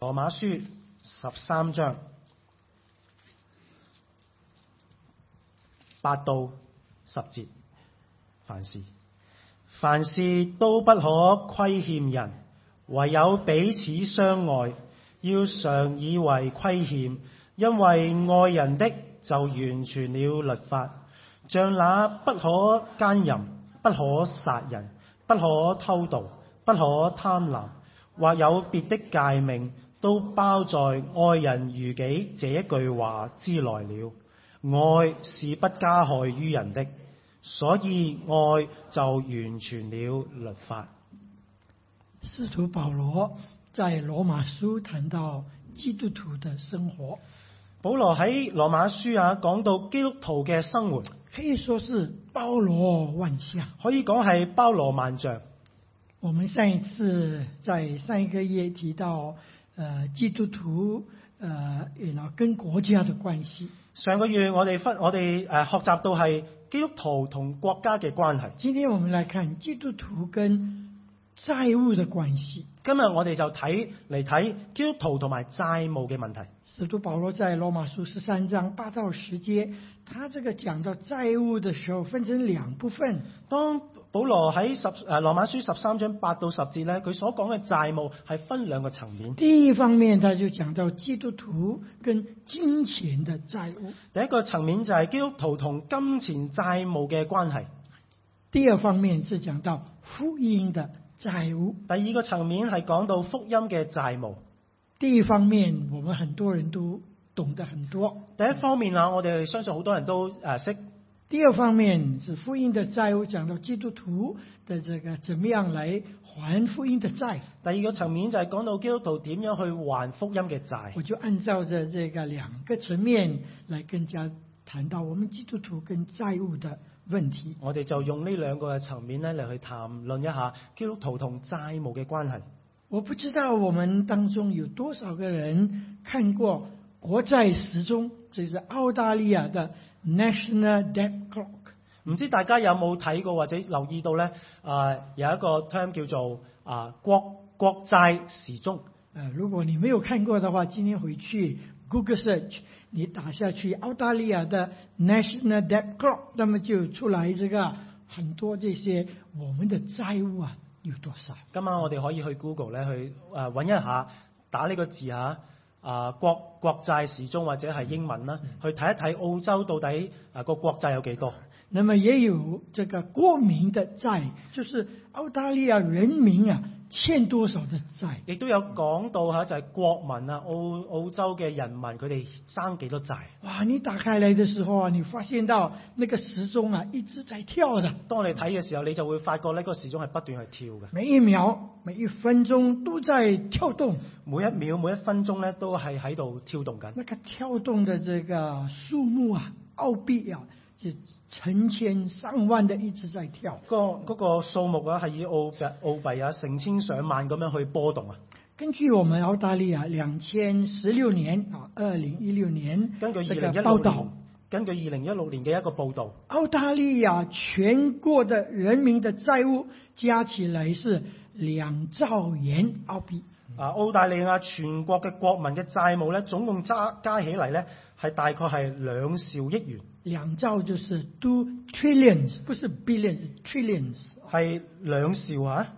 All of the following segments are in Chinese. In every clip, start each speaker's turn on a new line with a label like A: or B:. A: 羅馬書十三章八到十節，凡事凡事都不可虧欠人，唯有彼此相愛，要常以為虧欠，因為愛人的就完全了律法。像那不可奸淫、不可殺人、不可偷盜、不可貪婪，或有別的誡命，都包在愛人如己這一句話之內了。愛是不加害於人的，所以愛就完全了律法。
B: 使徒保罗在罗马书谈到基督徒的生活，
A: 保羅喺羅馬書啊講到基督徒嘅生活，
B: 可以说是包罗万象。
A: 可以講係包羅萬象。
B: 我们上一次在上一个月提到，呃，基督徒呃，也呢跟国家的关系。
A: 上個月我哋分我哋誒學習到係基督徒同國家嘅關係，
B: 今天我们来看基督徒跟债务的关系。
A: 今日我哋就睇嚟睇基督徒同埋債務嘅問題。
B: 使徒保罗在罗马书十三章八到十节，他这个讲到债务的时候，分成两部分。
A: 當保羅喺十誒羅馬書十三章八到十節咧，佢所講嘅債務係分兩個層面。
B: 第一方面，他就讲到基督徒跟金钱的债务；
A: 第一個層面就係基督徒同金錢債務嘅關係，
B: 第二方面是讲到福音的债务。
A: 第二個層面係講到福音嘅債務。
B: 第一方面，我们很多人都懂得很多；
A: 第一方面啊，我哋相信好多人都誒識。
B: 第二方面是福音的债务，讲到基督徒的这个怎么样来还福音的债。
A: 第二個層面就係講到基督徒點樣去還福音嘅債。
B: 我就按照着这个两个层面来跟大家谈到我们基督徒跟债务的问题。
A: 我哋就用呢兩個嘅層面咧嚟去談論一下基督徒同債務嘅關係。
B: 我不知道我们当中有多少个人看过《国债时钟》，这是澳大利亚的 National Debt Clock。
A: 唔知大家有冇睇過或者留意到咧？啊、有一個 term 叫做啊、國國債時鐘。
B: 呃，如果你没有看过的话，今天回去 Google Search，你打下去澳大利亚的 National Debt Clock，那么就出来这个很多这些我们的债务啊有多少。
A: 今晚我哋可以去 Google 咧去誒揾、一下，打呢個字嚇啊、國國債時鐘或者係英文啦，去睇一睇澳洲到底啊個、國債有幾多。
B: 那么也有这个国民的债，就是澳大利亚人民啊欠多少的债。
A: 亦都有講到嚇，就係、國民啊，澳澳洲嘅人民佢哋生幾多債。
B: 哇！你打开来的时候啊，你发现到那个时钟啊一直在跳的，
A: 當你睇嘅時候，你就會發覺呢個時鐘係不斷去跳嘅，
B: 每一秒、每一分钟都在跳动。
A: 每一秒、每一分鐘咧都係喺度跳動緊。
B: 那个跳动的这个数目啊，澳币啊，就成千上万的一直在跳。
A: 個嗰個數目啊，係以澳幣澳幣啊成千上萬咁樣去波動啊。
B: 根據我們澳大利亞两千十六年啊，二零一六年
A: 根據二
B: 这
A: 零一六
B: 个报道
A: 年，，根據二零一六年嘅一個報導，
B: 澳大利亚全国的人民的债务加起来是两兆元澳币，
A: 啊澳大利亞全國嘅國民嘅債務咧，總共加加起嚟咧係大概係兩兆億元，
B: 两兆就是 two trillions，不是 billions 是 trillions。
A: 係兩兆啊。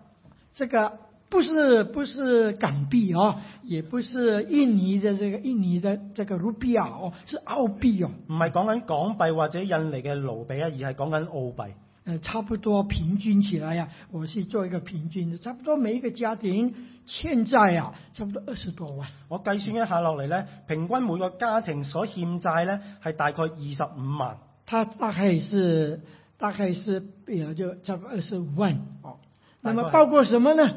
B: 这个不是不是港币哦，也不是印尼的这个印尼的这个卢比啊哦，是澳币哦，
A: 唔係講緊港幣或者印尼嘅盧比啊，而係講緊澳幣。
B: 呃，差不多平均起来呀、我是做一个平均的，差不多每一个家庭欠债啊，差不多二十多万。
A: 我計算一下落嚟咧，平均每個家庭所欠債咧係大概二十五萬，
B: 它大概是大概是也就差不多二十五万哦。那么
A: 大概
B: 包括什么呢？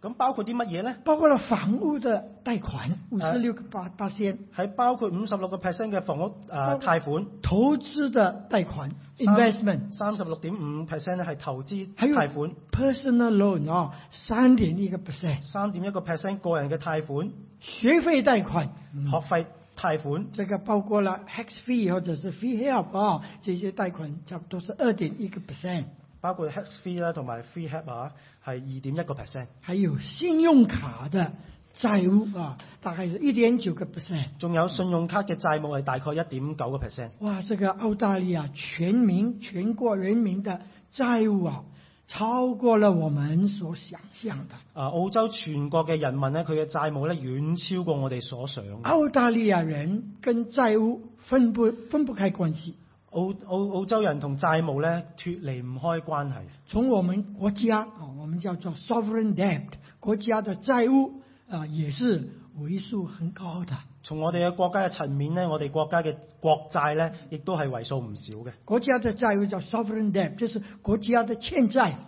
A: 咁包括啲乜嘢咧？
B: 包括了房屋的贷款五十六个八八千，
A: 係包括五十六個 percent 嘅房屋誒、
B: 包
A: 呃、
B: 括
A: 貸款
B: 投资的贷款
A: 三
B: investment，
A: 三十六點五 percent 咧係投資
B: 還有
A: 貸款，
B: personal loan 啊、三点一个 percent，
A: 三點一個 percent 個人嘅貸款、
B: 学费贷款，
A: 學費貸款，
B: 这个包括了 hex fee 或者是 fee help 啊、这些贷款差不多是二点一个 percent，
A: 包括 hex fee 啦同埋 free help 啊，係二點一個 percent。
B: 还有信用卡的债务啊，大概是一点九个 percent。
A: 仲有信用卡嘅債務係大概一點九個 percent。
B: 哇，这个澳大利亚全民全国人民的债务啊，超过了我们所想象的。
A: 啊，澳洲全國嘅人民咧，佢嘅債務咧遠超過我哋所想嘅。
B: 澳大利亚人跟债务分不分不开关系。
A: 澳澳澳洲人同債務咧脱離唔開關係。
B: 从我们国家啊，我们叫做 sovereign debt，国家的债务啊也是为数很高的。
A: 從我哋嘅國家嘅層面咧，我哋國家嘅國債咧，亦都係為數唔少嘅。
B: 国家的债务叫 sovereign debt，就是国家的欠债。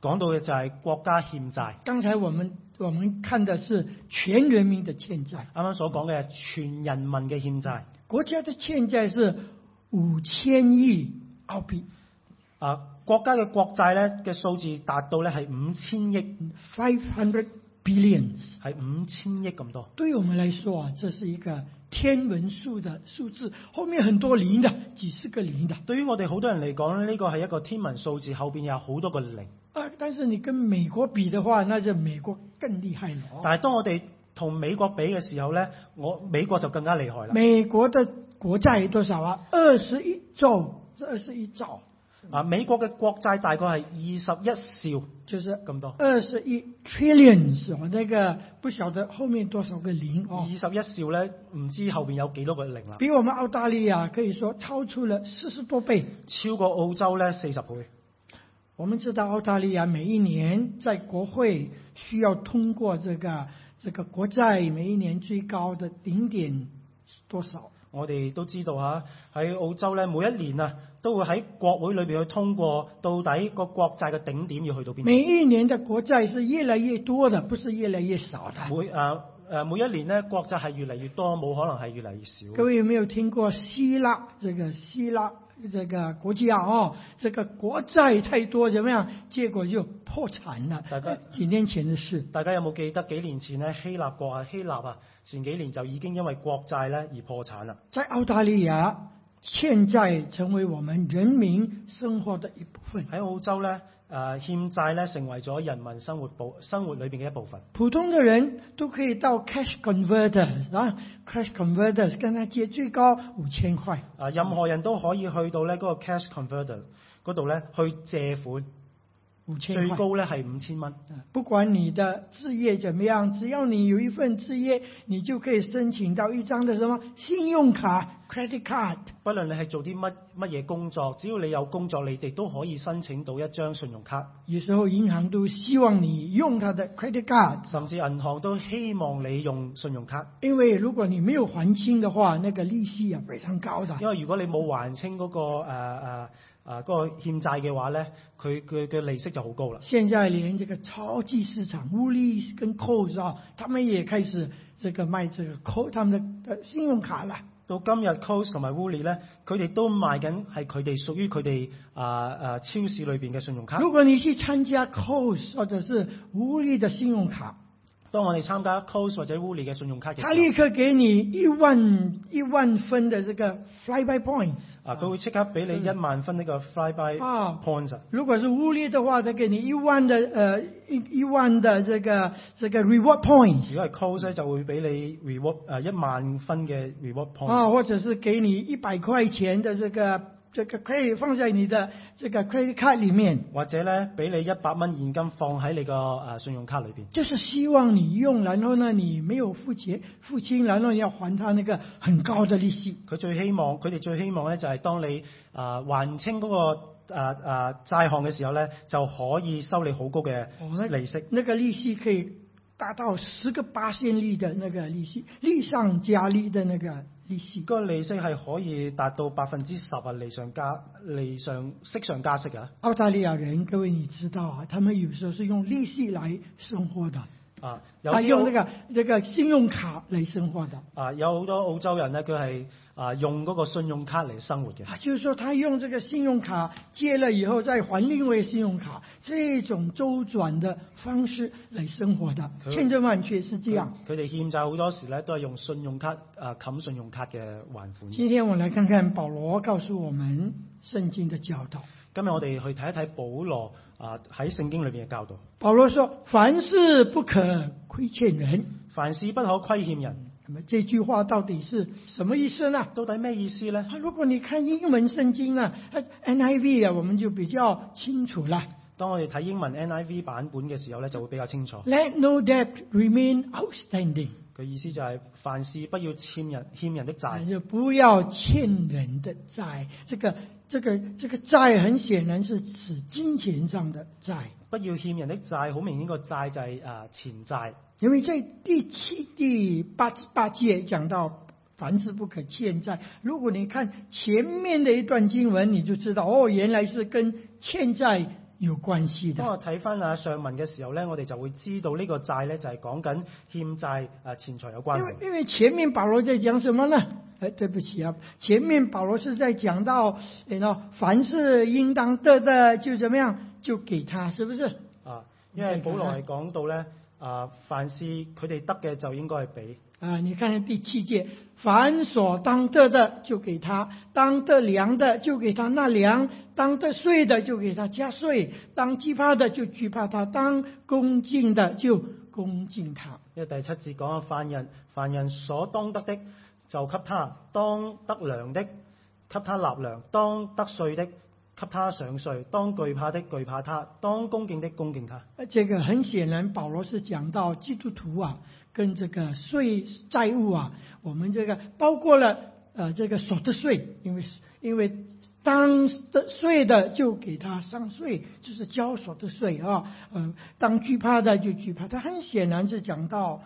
A: 講到嘅就係國家欠債，
B: 刚才我们我们看的是全人民的欠债，
A: 啱啱所講嘅係全人民嘅欠債。
B: 国家的欠债是五千亿澳币
A: 啊，國家嘅國債咧嘅數字達到咧係五千億，
B: （five hundred billions）。
A: 係五千億咁多。
B: 对于我们来说啊，这是一个天文数的数字，后面很多零的，几十个零的。
A: 對於我哋好多人嚟講咧，呢、個係一個天文數字，後邊有好多個零。
B: 啊，但是你跟美国比的话，那就美国更厉害了。
A: 但係當我哋同美國比嘅時候呢，我美國就更加厲害啦。
B: 美国的国债多少啊？二十一兆，这二十一兆
A: 啊，美國嘅國債大概係二十一兆
B: 就是
A: 咁多，
B: 二十一 trillions，我那个不晓得后面多少个零
A: 二
B: 哦
A: 十，一兆呢，唔知後邊有幾多個零啦，
B: 比我们澳大利亚可以说超出了四十多倍。
A: 超過澳洲呢四十倍。
B: 我们知道澳大利亚每一年在国会需要通过这个这个国债，每一年最高的零点多少？
A: 我哋都知道嚇，喺澳洲呢，每一年啊都會喺國會裏邊去通過，到底個國債嘅頂點要去到邊度？
B: 每一年的国债是越来越多的，不是越来越少的。
A: 每啊誒每一年呢，國債係越嚟越多，冇可能係越嚟越少。
B: 各位有没有听过希腊这个希腊这个国家哦，这个国债太多怎么样？结果就破产了
A: 大概。
B: 几年前的事，
A: 大家有冇記得幾年前咧希臘國啊希臘啊前幾年就已經因為國債咧而破產啦。
B: 在澳大利亚，欠债成为我们人民生活的一部分。
A: 喺澳洲咧，誒、欠債咧成為咗人民生活部生活裏邊嘅一部分。
B: 普通的人都可以到 cash converter 啊，cash converters 跟他借最高五千块。
A: 啊，任何人都可以去到咧嗰個 cash converter 嗰度咧去借款，
B: 五千
A: 最
B: 块，
A: 高咧係五千蚊。
B: 啊不管你的置业怎么样，只要你有一份置业，你就可以申请到一张的什么信用卡 （credit card）。
A: 不論你係做啲乜乜嘢工作，只要你有工作，你哋都可以申請到一張信用卡，
B: 有时候银行都希望你用他的 credit card，
A: 甚至銀行都希望你用信用卡，
B: 因为如果你没有还清的话，那个利息啊非常高的。
A: 因為如果你冇還清嗰、個誒誒誒嗰個欠債嘅話咧，佢佢嘅利息就好高啦。
B: 现在连这个超级市场 Woolies 跟 Coles 啊，他们也开始这个卖这个 Co 他们的呃信用卡了。
A: 到今日 Coles 同埋 Woolly 咧，佢哋都賣緊係佢哋屬於佢哋啊啊超市裏邊嘅信用卡。
B: 如果你去参加 Coles 或者是 Woolies 的信用卡，
A: 當我哋參加 Coles 或者 Woolly 嘅信用卡嘅時
B: 他立
A: 候，
B: 刻给你一万一万分的这个 flyby points。
A: 啊佢會即刻俾你一萬分呢個 flyby
B: 啊
A: points 啊。
B: 如果是物力的话，他给你一万的呃一一万的这个这个 reward points
A: 如果係 Coles 咧，就會俾你 reward 啊誒一萬分嘅 reward
B: 啊，
A: points。
B: 或者是给你一百块钱的这个这个 credit 放在你的这个 credit card 里面，
A: 或者咧，俾你一百蚊現金放喺你個誒信用卡裏邊，
B: 就是希望你用，然后呢你没有付钱付清，然后你要还他那个很高的利息。
A: 佢最希望，佢哋最希望咧就係當你啊、還清嗰、個啊啊債項嘅時候咧，就可以收你好高嘅利息。
B: 那个利息可以达到十个八仙利的那个利息，利上加利的那个利息。
A: 個利息係可以達到百分之十啊，利上加利上息上加息啊！
B: 澳大利亚人，各位你知道啊，他们有时候是用利息来生活的，
A: 啊，有
B: 啊，用那
A: 啲
B: 个这个信用卡来生活的，
A: 啊，有好多澳洲人咧，佢係啊用嗰個信用卡嚟生活嘅。
B: 啊，就是说他用这个信用卡借了以后再还另外一个信用卡，这种周转的方式来生活的，
A: 可
B: 千真万确是这样。
A: 佢哋欠債好多時咧，都係用信用卡啊冚信用卡嘅還款。
B: 今天我来看看保罗告诉我们圣经的教导。
A: 今日我哋去睇一睇保羅啊喺聖經裏邊嘅教導。
B: 保罗说：“凡事不可亏欠人，
A: 凡事不可虧欠人。
B: 那么这句话到底是什么意思呢？
A: 到底咩意思呢？
B: 啊，如果你看英文圣经呢呃，NIV 啊，我们就比较清楚了。
A: 當我哋睇英文 NIV 版本嘅時候咧，就會比較清楚。
B: Let no debt remain outstanding，
A: 佢意思就係、凡事不要欠人欠人的
B: 啊，
A: 債，
B: 就不要欠人的债。这个、这个、这个债很显然是指金钱上的债，
A: 不要欠人的債。好明顯個債就係、啊前債。
B: 因为在第七、第八八节讲到。凡事不可欠债。如果你看前面的一段经文，你就知道哦，原来是跟欠债有关系的
A: 當。我睇翻啊上文嘅時候咧，我哋就會知道呢個債咧就係講緊欠債啊錢財有關
B: 因为
A: 係。
B: 因为前面保罗在讲什么呢？哎，对不起啊，前面保罗是在讲到，哎呢，凡是应当得的就怎么样，就给他，是不是？
A: 啊，因為保羅係講到咧啊，凡事佢哋得嘅就應該係俾。
B: 啊，你看第七节，凡所当得的就给他，当得粮的就给他纳粮，当得税的就给他加税，当惧怕的就惧怕他，当恭敬的就恭敬他。
A: 因為第七節講啊，犯人犯人所當得的就給他，當得糧的給他納糧，當得税的給他上税，當懼怕的懼怕他，當恭敬的恭敬他。
B: 呃这个很显然，保罗是讲到基督徒啊，跟这个税债务啊，我们这个包括了呃这个所得税，因为因为当的税的就给他上税，就是交所得税啊，呃，当惧怕的就惧怕，他很显然是讲到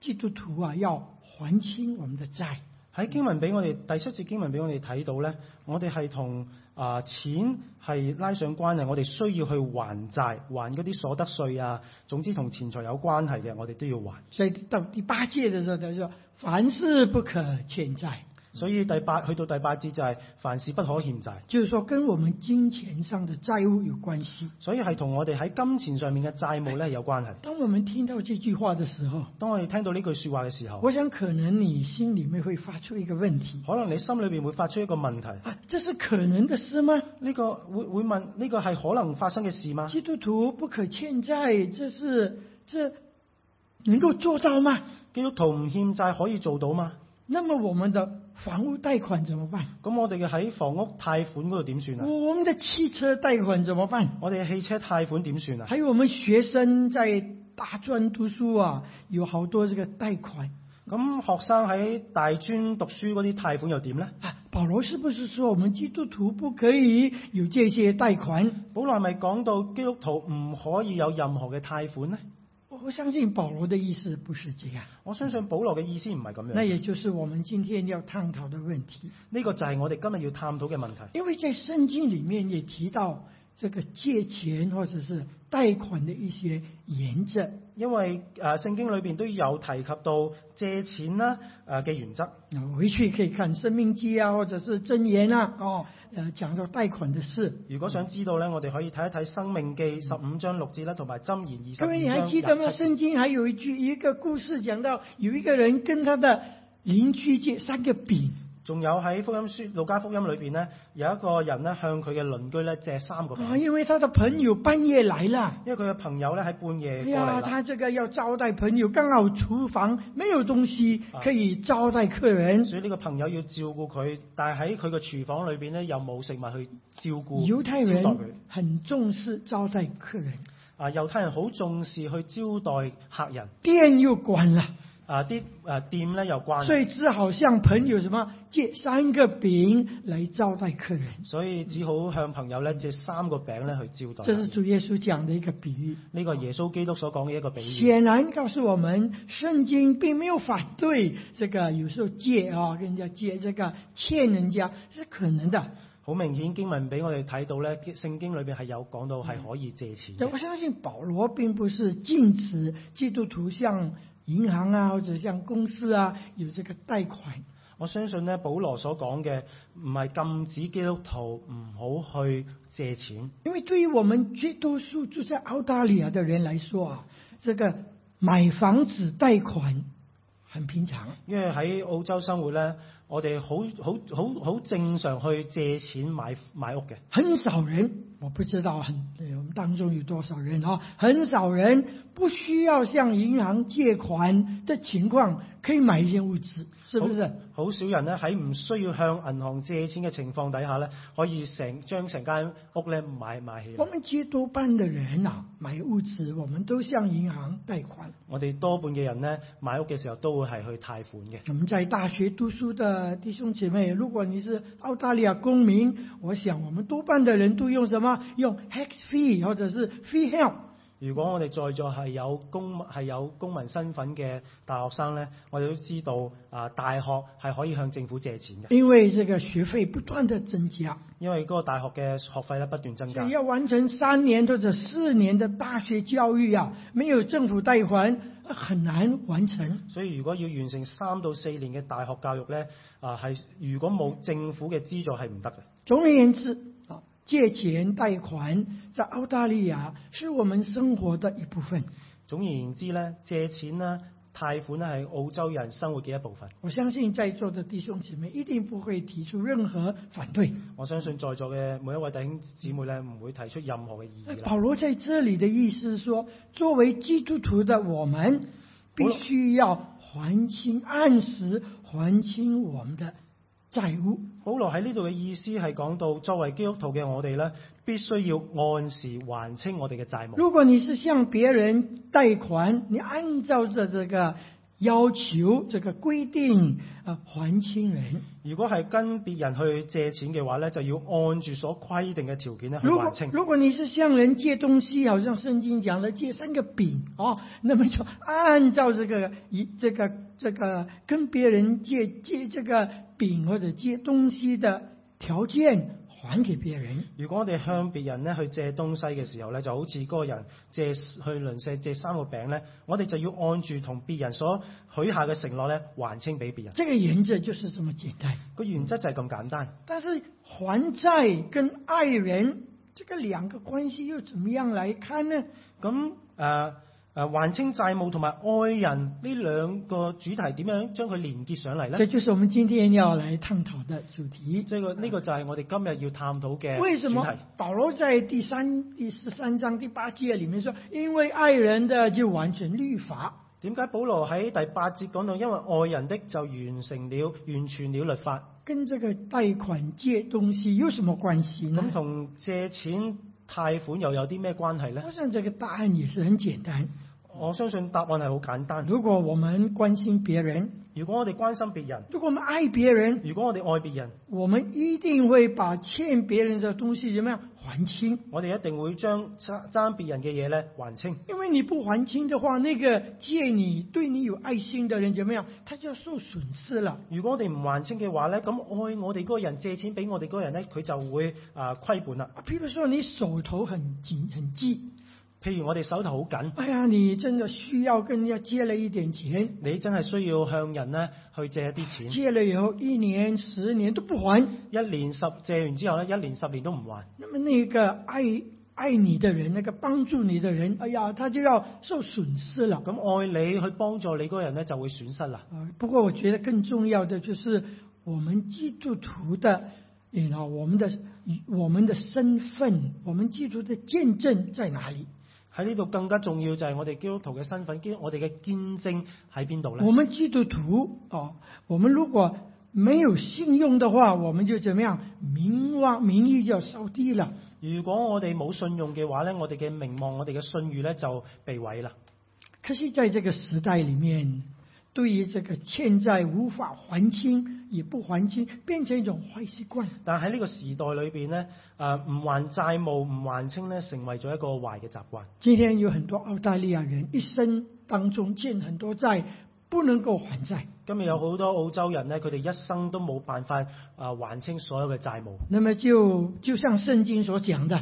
B: 基督徒啊要还清我们的债。
A: 喺經文俾我哋第七節經文俾我哋睇到呢，我哋係同啊錢係拉上關係，我哋需要去還債，還嗰啲所得税啊，總之同錢財有關係嘅，我哋都要還。
B: 所以到第八届的时候，他说凡事不可欠债。
A: 所以第八去到第八節就係、凡事不可欠債，
B: 就是说，跟我们金钱上的债务有关系。
A: 所以係同我哋喺金錢上面嘅債務呢有關係。
B: 当我们听到这句话的时候，
A: 當我哋聽到呢句説話嘅時候，
B: 我想可能你心里面会发出一个問題
A: 可能你心裏邊會發出一個問題：呢、
B: 啊，这是可能的事吗？
A: 個會會問呢、個係可能發生嘅事嗎？
B: 基督徒不可欠债，这是这能够做到吗？
A: 基督徒唔欠債可以做到嗎？
B: 那么我们的房屋贷款怎么办？
A: 咁我哋嘅喺房屋貸款嗰度點算啊？
B: 我我们的汽车贷款怎么办？
A: 我哋嘅汽車貸款點算啊？
B: 还有我们学生在大专读书啊，有好多这个贷款
A: 咁學生喺大專讀書嗰啲貸款又點呢？
B: 啊。保罗是不是说我们基督徒不可以有这些贷款？
A: 保羅係咪講到基督徒唔可以有任何嘅貸款呢？
B: 我我相信保罗的意思不是这样。
A: 我相信保羅嘅意思唔係咁
B: 那
A: 樣。
B: 也就是我们今天要探讨的问题，
A: 呢個就係我哋今日要探討嘅問題。
B: 因为在圣经里面也提到这个借钱或者是贷款的一些原则
A: 因為誒、呃、聖經裏邊都有提及到借錢啦誒嘅原則。
B: 啊，回去可以看《生命记》啊，或者是《箴言》啊，哦，呃，讲到贷款的事。
A: 如果想知道咧，我哋可以睇一睇《生命記》十五章六節啦，同埋《箴言》
B: 各
A: 二
B: 位，
A: 十
B: 你还记
A: 五
B: 得
A: 章
B: 吗？
A: 廿七節。
B: 圣经还有一句一个故事，讲到有一个人跟他的邻居借三个饼，
A: 仲有喺福音書路加福音裏邊咧，有一個人咧向佢嘅鄰居咧借三個
B: 啊，
A: 餅，
B: 因为他的朋友半夜来了。
A: 因為佢嘅朋友咧喺半夜
B: 哎
A: 過嚟
B: 呀，
A: 啦，
B: 他这个要招待朋友，刚好厨房没有东西
A: 啊
B: 可以招待客人。
A: 所以呢個朋友要照顧佢，但係喺佢嘅廚房裏邊咧又冇食物去照顧
B: 犹太
A: 招待佢
B: 人。很重视招待客人，
A: 啊，猶太人好重視去招待客人，
B: 店又关了，
A: 啊啲啊店咧又關
B: 所以只好向朋友什么借三个饼来招待客人。
A: 所以只好向朋友咧借三個餅咧去招待。
B: 这是主耶稣讲的一个比喻，
A: 呢個耶穌基督所講嘅一個比喻。
B: 显然告诉我们，圣经并没有反对这个有时候借啊，跟人家借这个欠人家是可能的。
A: 好明顯經文俾我哋睇到咧，聖經裏邊係有講到
B: 嗯
A: 係可以借錢
B: 对，
A: 嘅。
B: 我相信保罗并不是禁止基督徒向银行啊或者向公司啊有这个贷款，
A: 我相信咧，保羅所講嘅唔係禁止基督徒唔好去借錢，
B: 因为对于我们绝多数住在澳大利亚的人来说啊，这个买房子贷款很平常。
A: 因為喺澳洲生活咧，我哋好好好好正常去借錢買買屋嘅，
B: 很少人我不知道很呃我们当中有多少人啊，很少人不需要向银行借款的情况可以买一件物资，是不是？
A: 好好少人咧喺唔需要向銀行借錢嘅情況底下咧，可以成將成間屋咧買買起
B: 我
A: 嚟。
B: 们绝多半的人啊，买物资我们都向银行贷款。
A: 我哋多半嘅人咧買屋嘅時候都會係去貸款嘅。
B: 我们在大学读书的弟兄姐妹，如果你是澳大利亚公民，我想我们多半的人都用什么？用 hex fee 或者是 fee help。
A: 如果我哋在座係有公係有公民身份嘅大學生咧，我哋都知道啊，大學係可以向政府借錢嘅，
B: 因为这个學費不斷的增加，
A: 因為嗰個大學嘅學費咧不斷增
B: 所
A: 加
B: 以。要完成三年或者四年的大學教育啊，沒有政府貸款呃很难完成。
A: 所以如果要完成三到四年嘅大學教育咧，啊係如果冇政府嘅資助係唔得嘅。
B: 总而言之啊，借钱貸款在澳大利亚是我们生活的一部分。
A: 總而言之咧，借錢啦、貸款咧係澳洲人生活嘅一部分。
B: 我相信在座的弟兄姊妹一定不会提出任何反对。
A: 我相信在座嘅每一位弟兄姊妹咧，唔會提出任何嘅異議啦。
B: 保罗在这里的意思是说，作为基督徒的我们，必须要还清按时还清我们的债务。
A: 保羅喺呢度嘅意思係講到，作為基督徒嘅我哋咧，必須要按時還清我哋嘅債務。
B: 如果你是向别人贷款，你按照着这个要求、这个规定啊还清人。
A: 如果係跟別人去借錢嘅話咧，就要按住所規定嘅條件咧去
B: 如果
A: 還清。
B: 如果你是向人借东西，好像圣经讲的借三个饼哦，那么就按照这个一这个这个跟别人借借这个饼或者借东西的条件还给别人。
A: 如果我哋向別人咧去借東西嘅時候咧，就好似嗰個人借去鄰舍借三個餅咧，我哋就要按住同別人所許下嘅承諾咧還清俾別人。
B: 这个原则就是这么简单。
A: 個原則就係咁簡單。
B: 但是还债跟爱人这个两个关系又怎么样来看呢？
A: 咁誒誒還清債務同埋愛人呢兩個主題點樣將佢連結上嚟
B: 这
A: 咧？
B: 就是我们今天要来探讨的主题。
A: 即係個呢個就係我哋今日要探討嘅
B: 为什
A: 主
B: 么
A: 題。
B: 保罗在第三、第十三章第八节里面说，因为爱人的就完成律法？
A: 點解保羅喺第八節講到，因為愛人的就完成了完全了律法，
B: 跟这个贷款借东西有什么关系呢
A: 咁？同借錢貸款又有啲咩關係呢？
B: 我想这个答案也是很简单。
A: 我相信答案係好簡單。
B: 如果我们关心别人，
A: 如果我哋關心別人，
B: 如果我们爱别人，
A: 如果我哋愛別人，
B: 我们一定会把欠别人的东西怎么样还清？
A: 我哋一定會將爭爭別人嘅嘢咧還清。
B: 因为你不还清的话，那个借你对你有爱心的人怎么样，他就要受损失了。
A: 如果我哋唔還清嘅話咧，咁愛我哋嗰個人借錢俾我哋嗰個人咧，佢就會啊、虧本啦。
B: 啊，譬如说你手头很紧很紧，
A: 譬如我哋手頭好緊，
B: 哎呀，你真的需要跟人家借了一点钱，
A: 你真係需要向人咧去借一啲錢，
B: 借了以后一年、十年都不还，
A: 一年十借完之後咧，一年十年都唔還。
B: 那么那个爱爱你的人，那个帮助你的人，哎呀，他就要受损失了。
A: 咁愛你去幫助你嗰個人咧就會損失啦。
B: 啊，不过我觉得更重要的就是我们基督徒的，你知道我们的我们的身份，我们基督徒的见证在哪里？
A: 喺呢度更加重要就係我哋基督徒嘅身份，基我哋嘅見證喺邊度
B: 我
A: 咧？
B: 们基督徒啊，我们如果没有信用的话，我们就怎么样？名望名誉就要烧低了。
A: 如果我哋冇信用嘅話咧，我哋嘅名望、我哋嘅信譽咧就被毀啦。
B: 可是，在这个时代里面，对于这个欠债无法还清也不还清，变成一种坏习惯。
A: 但喺呢個時代裏邊咧，誒唔還債務、唔還清咧，成為咗一個壞嘅習慣。
B: 今天有很多澳大利亚人一生当中欠很多债，不能够还债。
A: 今日有好多澳洲人咧，佢哋一生都冇辦法誒還清所有嘅債務。
B: 那么就就像圣经所讲的，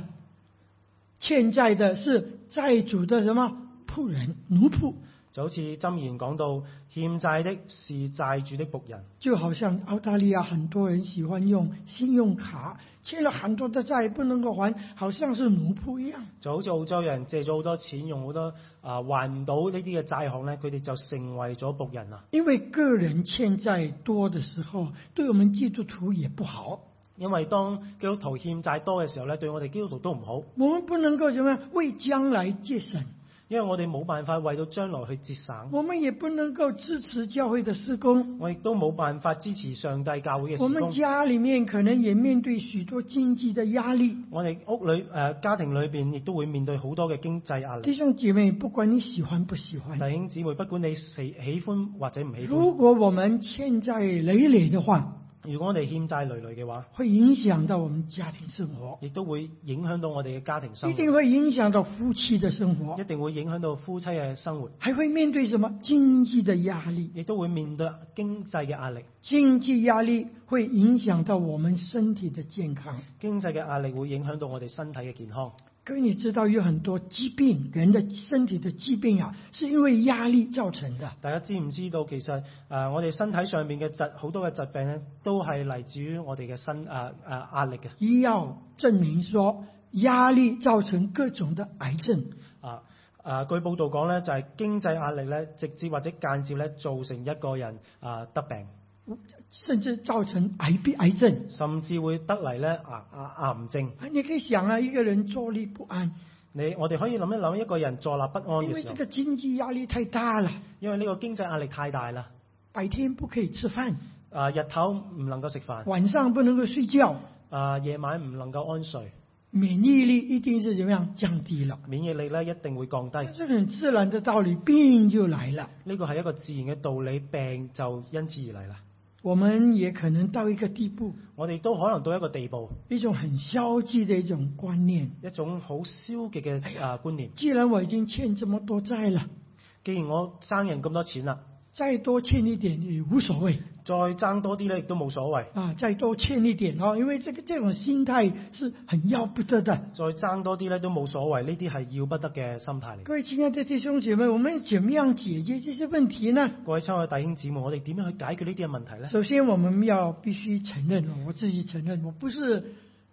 B: 欠债的是债主的什么仆人奴仆，
A: 就好似箴言講到，欠債的是債主的仆人。
B: 就好像澳大利亚很多人喜欢用信用卡欠了很多的债不能够还，好像是奴仆一样。
A: 就好似澳洲人借咗好多錢，用好多啊還唔到呢啲嘅債項咧，佢哋就成為咗仆人啦。
B: 因为个人欠债多的时候，对我们基督徒也不好。
A: 因為當基督徒欠債多嘅時候咧，對我哋基督徒都唔好，
B: 我们不能够什么为将来节省，
A: 因為我哋冇辦法為到將來去節省，
B: 我们也不能够支持教会的施工。
A: 我亦都冇辦法支持上帝教會嘅
B: 我
A: 事
B: 们
A: 工。
B: 家里面可能也面对许多经济的压力。
A: 我哋屋裏誒、呃家庭裏邊亦都會面對好多嘅經濟壓力。
B: 弟兄姐妹，不管你喜欢不喜欢，
A: 弟兄姊妹，不管你喜喜歡或者唔喜歡，
B: 如果我们欠债累累的话，
A: 如果我哋欠債累累嘅話，
B: 会影响到我们家庭生活，
A: 亦都會影響到我哋嘅家庭生
B: 一
A: 活，
B: 定会影响到夫妻的生活
A: 一，定會影響到夫妻嘅生活，
B: 还会面对什么经济的压力？
A: 亦都會面對經濟嘅壓力。
B: 经济压力会影响到我们身体的健康。
A: 經濟嘅壓力會影響到我哋身體嘅健康。
B: 各位，你知道有很多疾病，人的身体的疾病啊，是因为压力造成的。
A: 大家知唔知道其實誒、呃我哋身體上面嘅疾好多嘅疾病咧，都係嚟自於我哋嘅身誒誒壓力嘅
B: 医药证明说，压力造成各种的癌症。
A: 啊。啊，據報道講咧，就係、經濟壓力咧，直接或者間接咧，造成一個人啊得病，
B: 甚至造成癌病、癌症。
A: 甚至會得嚟咧癌癌癌症。
B: 啊，你可以想啊，一个人坐立不安，
A: 你我哋可以諗一諗，一個人坐立不安
B: 因
A: 嘅時
B: 为这
A: 候，
B: 个经济压力太大了，
A: 因為呢個經濟壓力太大啦。
B: 白天不可以吃饭，
A: 啊，日頭唔能夠食飯，
B: 晚上不能够睡觉，
A: 啊，夜晚唔能夠安睡，
B: 免疫力一定是怎么样降低了。
A: 免疫力咧一定會降低。
B: 这很自然的道理，病就来了。
A: 呢個係一個自然嘅道理，病就因此而嚟啦。
B: 我们也可能到一个地步，
A: 我哋都可能到一個地步，
B: 一种很消极的一种观念。
A: 一種好消極
B: 哎
A: 嘅啊觀念。
B: 既然我已经欠这么多债了，
A: 既然我爭人咁多錢啦，
B: 再多欠一点也无所谓
A: 再爭多啲咧亦都冇所謂，
B: 啊，再多欠一点哦，因为这个这种心态是很要不得的。
A: 再爭多啲咧都冇所謂。呢啲係要不得嘅心態嚟。
B: 各位亲爱的弟兄姐妹，我们怎么样解决这些问题呢？
A: 各位親愛弟兄姊妹，我哋點樣去解決呢啲嘅問題呢？
B: 首先，我们要必须承认，我自己承认，我不是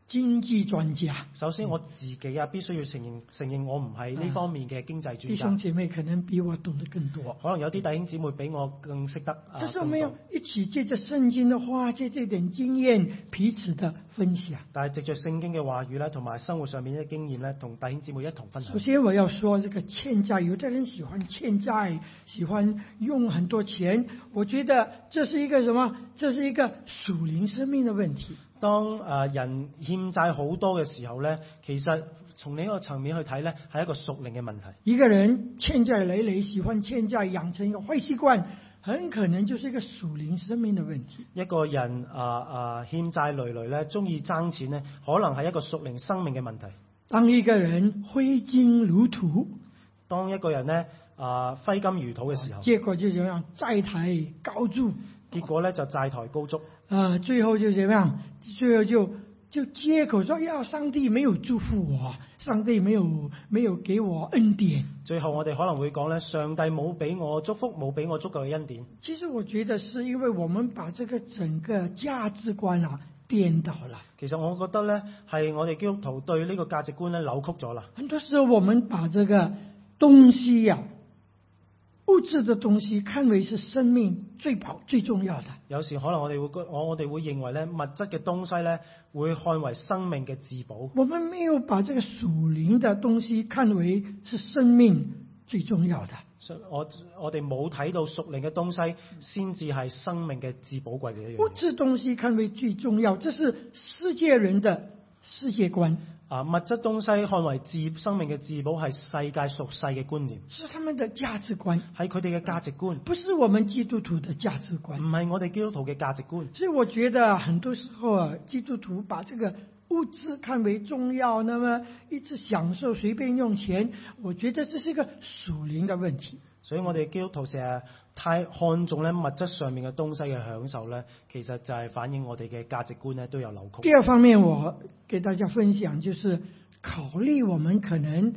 B: 经济专家。
A: 首先我自己啊，必須要承認承認我唔係呢方面嘅經濟
B: 嗯弟
A: 專
B: 兄
A: 家。
B: 姐妹可能比我懂得更多，
A: 可能有啲弟兄姊妹比我更識得啊。
B: 但是我
A: 更
B: 们要
A: 懂
B: 一起借着圣经的话，借这点经验，彼此的分享。
A: 但係藉着聖經嘅話語咧，同埋生活上面嘅經驗咧，同弟兄姊妹一同分享
B: 首。先，我要说这个欠债，有的人喜欢欠债，喜欢用很多钱，我觉得这是一个什么？这是一个属灵生命的问题。
A: 當誒呃人欠債好多嘅時候呢，其實從另一個層面去睇呢，係一個屬靈嘅問題。
B: 一个人欠债累累，喜欢欠债，养成一个坏习惯，很可能就是一个属灵生命的问题。
A: 一個人啊啊、欠債累累呢，中意爭錢呢，可能係一個屬靈生命嘅問題。
B: 当一个人挥金如土，
A: 當一個人呢啊、揮金如土嘅時候，
B: 结果就怎么样？债台高筑，
A: 結果呢就債台高築，
B: 啊，最后就怎么样？最后就就借口说：“要上帝没有祝福我，上帝没有没有给我恩典。
A: 最後我哋可能會講呢：上帝冇俾我祝福，冇俾我足夠嘅恩典。”
B: 其实我觉得是因为我们把这个整个价值观啊颠倒了。
A: 其實我覺得呢，係我哋基督徒對呢個價值觀呢扭曲咗啦。
B: 很多时候，我们把这个东西呀、物质的东西，看为是生命最宝最重要的。
A: 有時可能我哋會覺我我哋會認為呢物質嘅東西呢，會看為生命嘅至寶。
B: 我们没有把这个属灵的东西看为是生命最重要的。
A: 所以我我哋冇睇到屬靈嘅東西，先至係生命嘅至寶貴嘅一
B: 物
A: 樣嘢。
B: 质东西看为最重要，这是世界人的世界观，
A: 啊，物質東西看為至生命嘅至寶，係世界屬世嘅觀念，
B: 是他们的价值观，
A: 係佢哋嘅價值觀，
B: 不是我们基督徒的价值
A: 唔
B: 观。
A: 係我哋基督徒嘅價值觀。
B: 所以我觉得很多时候啊，基督徒把这个物质看为重要，那么一直享受、随便用钱，我觉得这是一个属灵的问题。
A: 所以我哋基督徒成日太看重咧物質上面嘅東西嘅享受咧，其實就係反映我哋嘅價值觀咧都有扭曲。
B: 第二方面，我给大家分享就是考虑我们可能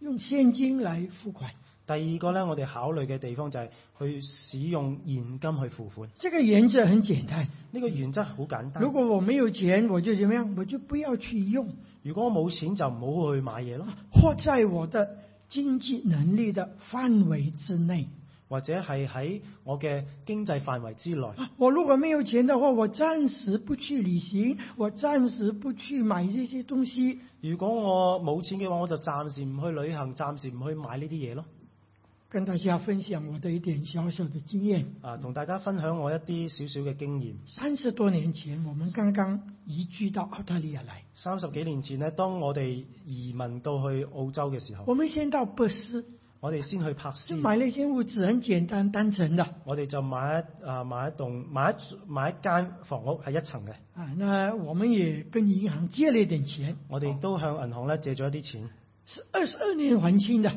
B: 用现金来付款，
A: 第二個咧，我哋考慮嘅地方就係去使用現金去付款。
B: 这个原则很简单。
A: 呢、個原則好簡單
B: 如。果我没有钱，我就怎么样，我就不要去用，
A: 如果我冇錢就唔好去買嘢咯。
B: 或在我的经济能力的范围之内。
A: 或者係喺我嘅經濟範圍之內。
B: 我如果没有钱的话，我暂时不去旅行，我暂时不去买这些东西。
A: 如果我冇錢嘅話，我就暫時唔去旅行，暫時唔去買呢啲嘢咯。
B: 跟大家分享我的一点小小的经验。
A: 啊，同大家分享我一啲少少嘅經驗。
B: 三十多年前，我们刚刚移居到澳大利亚来，
A: 三十幾年前呢，當我哋移民到去澳洲嘅時候，
B: 我们先到珀斯，
A: 我哋先去柏斯
B: 就，买了一间屋子，很简单单层的
A: 我哋就買一啊買一棟買一買一間房屋係一層嘅，
B: 啊。那我们也跟银行借了一点钱，
A: 我哋亦都向銀行咧借咗一啲錢，
B: 是二十二年还清的，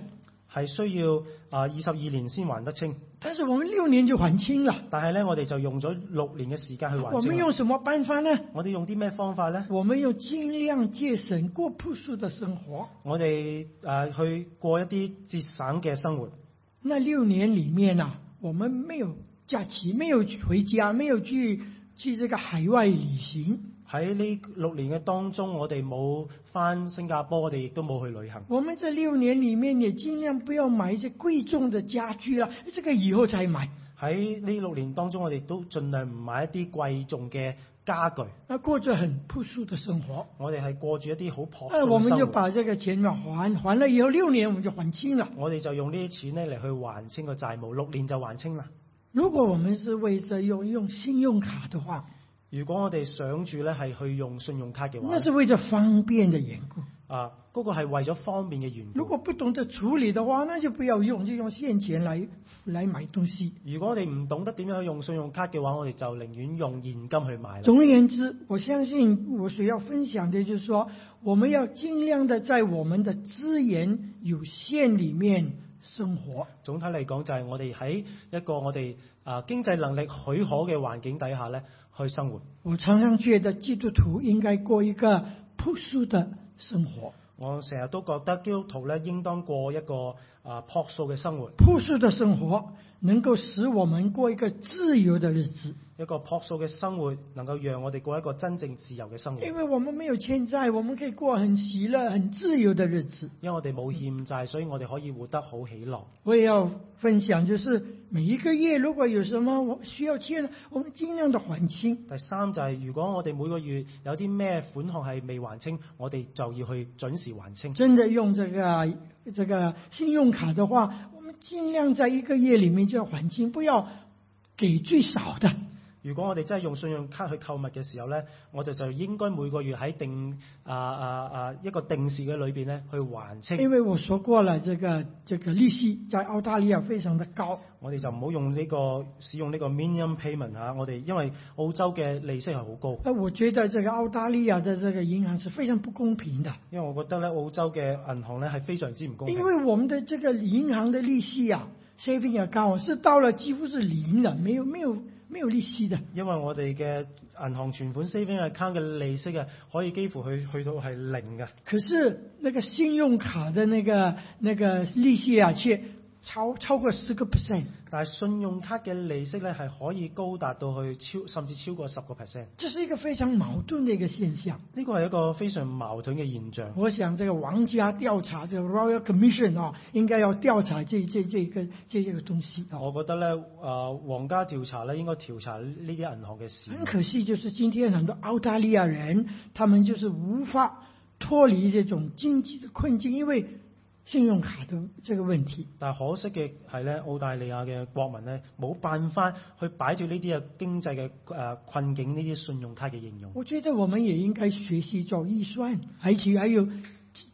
A: 係需要啊二十二年先還得清，
B: 但是我们六年就还清了。
A: 但係咧我哋就用咗六年嘅時間去還
B: 我们
A: 清。啊
B: 用什么办法呢？
A: 我哋用啲咩方法咧？
B: 我们要尽量节省过朴素的生活。
A: 我哋啊去過一啲節省嘅生活。
B: 那六年里面呢、我们没有假期，没有回家，没有去去这个海外旅行，
A: 喺呢六年嘅當中，我哋冇翻新加坡，我哋亦都冇去旅行。
B: 我们这六年里面也尽量不要买一些贵重的家具啊，这个以后才买。
A: 喺呢六年當中，我哋都盡量唔買一啲貴重嘅家具，
B: 那过着很朴素的生活。
A: 我哋係過住一啲好朴素
B: 哎那我
A: 嘅
B: 们就
A: 生活。
B: 把这个钱呢还还了以后，六年我们就还清了。
A: 我哋就用呢啲錢咧嚟去還清個債務，六年就還清啦。
B: 如果我们是為着用用信用卡的话，
A: 如果我哋想住咧係去用信用卡嘅話
B: 那，是为着方便的缘故。
A: 啊，嗰、個係為咗方便嘅緣
B: 如
A: 故。
B: 果不懂得处理的话，那就不要用，就用现钱来来买东西。
A: 如果我哋唔懂得點樣去用信用卡嘅話，我哋就寧願用現金去買啦。
B: 总而言之，我相信我所要分享的就是说，我们要尽量的在我们的资源有限里面生活。
A: 總體嚟講，就係我哋喺一個我哋啊經濟能力許可嘅環境底下咧去生活。
B: 我常常觉得基督徒应该过一个朴素的生活。
A: 我成日都覺得基督徒咧應當過一個啊樸素嘅生活，
B: 朴素的生活能够使我们过一个自由的日子，
A: 一個樸素嘅生活能夠讓我哋過一個真正自由嘅生活，
B: 因
A: 因
B: 为我们没有欠债，我们可以过很喜乐、很自由的日子。
A: 為我哋冇欠債，所以我哋可以活得好喜樂。
B: 我也要分享，就是每一个月如果有什么我需要欠的，我们尽量的还清。
A: 第三就係、如果我哋每個月有啲咩款項係未還清，我哋就要去準時還清。
B: 真的用这个啊这个信用卡的话，我们尽量在一个月里面就要还清，不要给最少的。
A: 如果我哋真係用信用卡去購物嘅時候呢，我哋就應該每個月喺定啊啊啊一個定時嘅裏邊呢去還
B: 因
A: 清。
B: 为我说过了，这个这个利息在澳大利亚非常的高，
A: 我哋就唔好用呢、個使用呢個 minimum payment 嚇、我哋因為澳洲嘅利息係好高，
B: 那我觉得这个澳大利亚的这个银行是非常不公平的，
A: 因為我覺得咧澳洲嘅銀行咧係非常之唔公
B: 因
A: 平。
B: 为我们的这个银行的利息啊，saving account 是到了几乎是零的，没有没有没有利息的。
A: 因為我哋嘅銀行存款 saving account 嘅利息啊，可以幾乎去去到係零嘅。
B: 可是那个信用卡的那个那个利息啊，却超超过十个 percent，
A: 但係信用卡嘅利息咧係可以高達到去超甚至超過十個 percent，
B: 这是一个非常矛盾的一个现象。
A: 呢個係一個非常矛盾嘅現象。
B: 我想这个王家调查这个 Royal Commission 啊，应该要调查这这这个这个东西啊。
A: 我覺得咧，啊皇家調查咧應該調查呢啲銀行嘅事。
B: 很可惜，就是今天很多澳大利亚人，他们就是无法脱离这种经济的困境，因为信用卡的这个问题。
A: 但係可惜嘅係咧，澳大利亞嘅國民咧冇辦法去擺脱呢啲嘅經濟嘅誒困境，呢啲信用卡嘅應用。
B: 我觉得我们也应该学习做预算，而且还有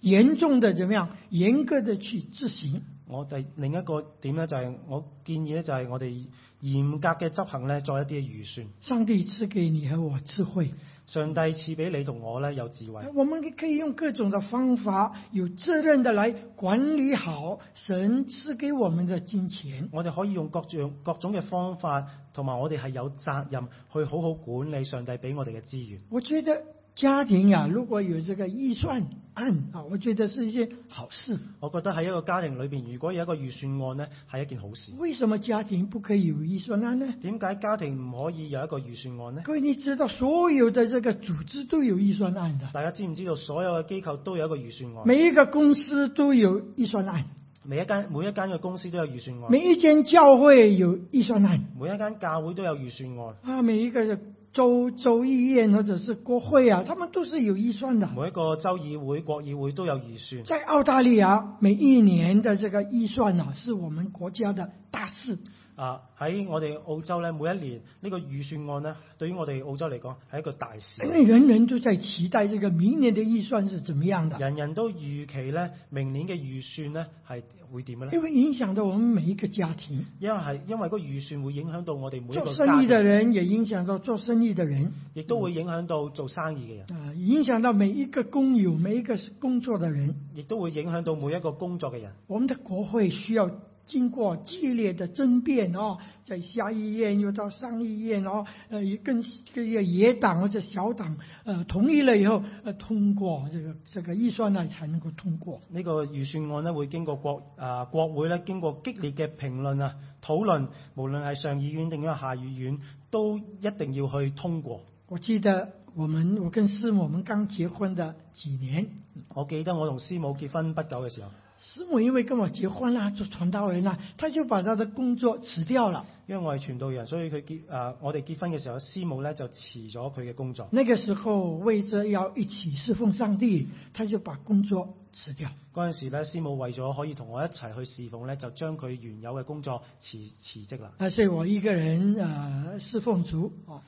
B: 严重的怎么样，严格的去执行。
A: 我第另一個點咧就係、我建議咧就係我哋嚴格嘅執行咧，作一啲嘅預算。
B: 上帝赐给你和我智慧，
A: 上帝賜俾你同我咧有智慧，
B: 我们可以用各种的方法，有责任的来管理好神赐给我们的金钱。
A: 我哋可以用各種各種嘅方法，同埋我哋係有責任去好好管理上帝俾我哋嘅資源。
B: 我觉得家庭呀、如果有这个预算案啊，我觉得是一件好事。
A: 我覺得喺一個家庭裏邊，如果有一個預算案咧，係一件好事。
B: 为什么家庭不可以有预算案呢？
A: 點解家庭唔可以有一個預算案呢？
B: 各位，你知道所有的这个组织都有预算案的。
A: 哦大家知唔知道所有嘅機構都有一個預算案？
B: 每一个公司都有预算案，
A: 每一間每一間嘅公司都有預算案，
B: 每一间教会有预算案
A: 每一間教會都有預算案，
B: 啊，每一个州州议院或者是国会啊，他们都是有预算的。
A: 每一個州議會、國議會都有預算。
B: 在澳大利亚，每一年的这个预算呢、是我们国家的大事。
A: 啊，喺我哋澳洲咧，每一年呢個預算案咧，對於我哋澳洲嚟講係一個大事
B: 因。为人人都在期待这个明年的预算是怎么样的，
A: 人人都預期咧，明年嘅預算咧係會點嘅咧？
B: 因为影響到我们每一个家庭，
A: 因為係因為個預算會影響到我哋每一
B: 做
A: 個
B: 生意
A: 家
B: 的
A: 庭，
B: 人也影響到做生意的人，
A: 亦都會影響到做生意嘅人，
B: 啊、影響到每一个工友、每一个工作的人。
A: 亦都會影響到每一個工作嘅人。
B: 我们的国会需要经过激烈的争辩哦，在下议院又到上议院哦，呃，跟这个野党或者小党呃同意了以后，呃，通过这个这个预算呢才能够通过。
A: 呢個預算案咧會經過國啊、國會咧經過激烈嘅評論啊討論，無論係上議院定係下議院，都一定要去通過。
B: 我记得我们我跟师母我们刚结婚的几年，
A: 我記得我同師母結婚不久嘅時候，
B: 师母因为跟我结婚啦，做传道人啦，他就把他的工作辞掉了。
A: 因為我係傳道人，所以佢結啊、我哋結婚嘅時候，師母咧就辭咗佢嘅工作。
B: 那个时候为着要一起侍奉上帝，他就把工作辞掉。
A: 嗰陣時咧，師母為咗可以同我一齊去侍奉咧，就將佢原有嘅工作辭辭職啦。
B: 啊，所以我一个人呃侍奉主啊，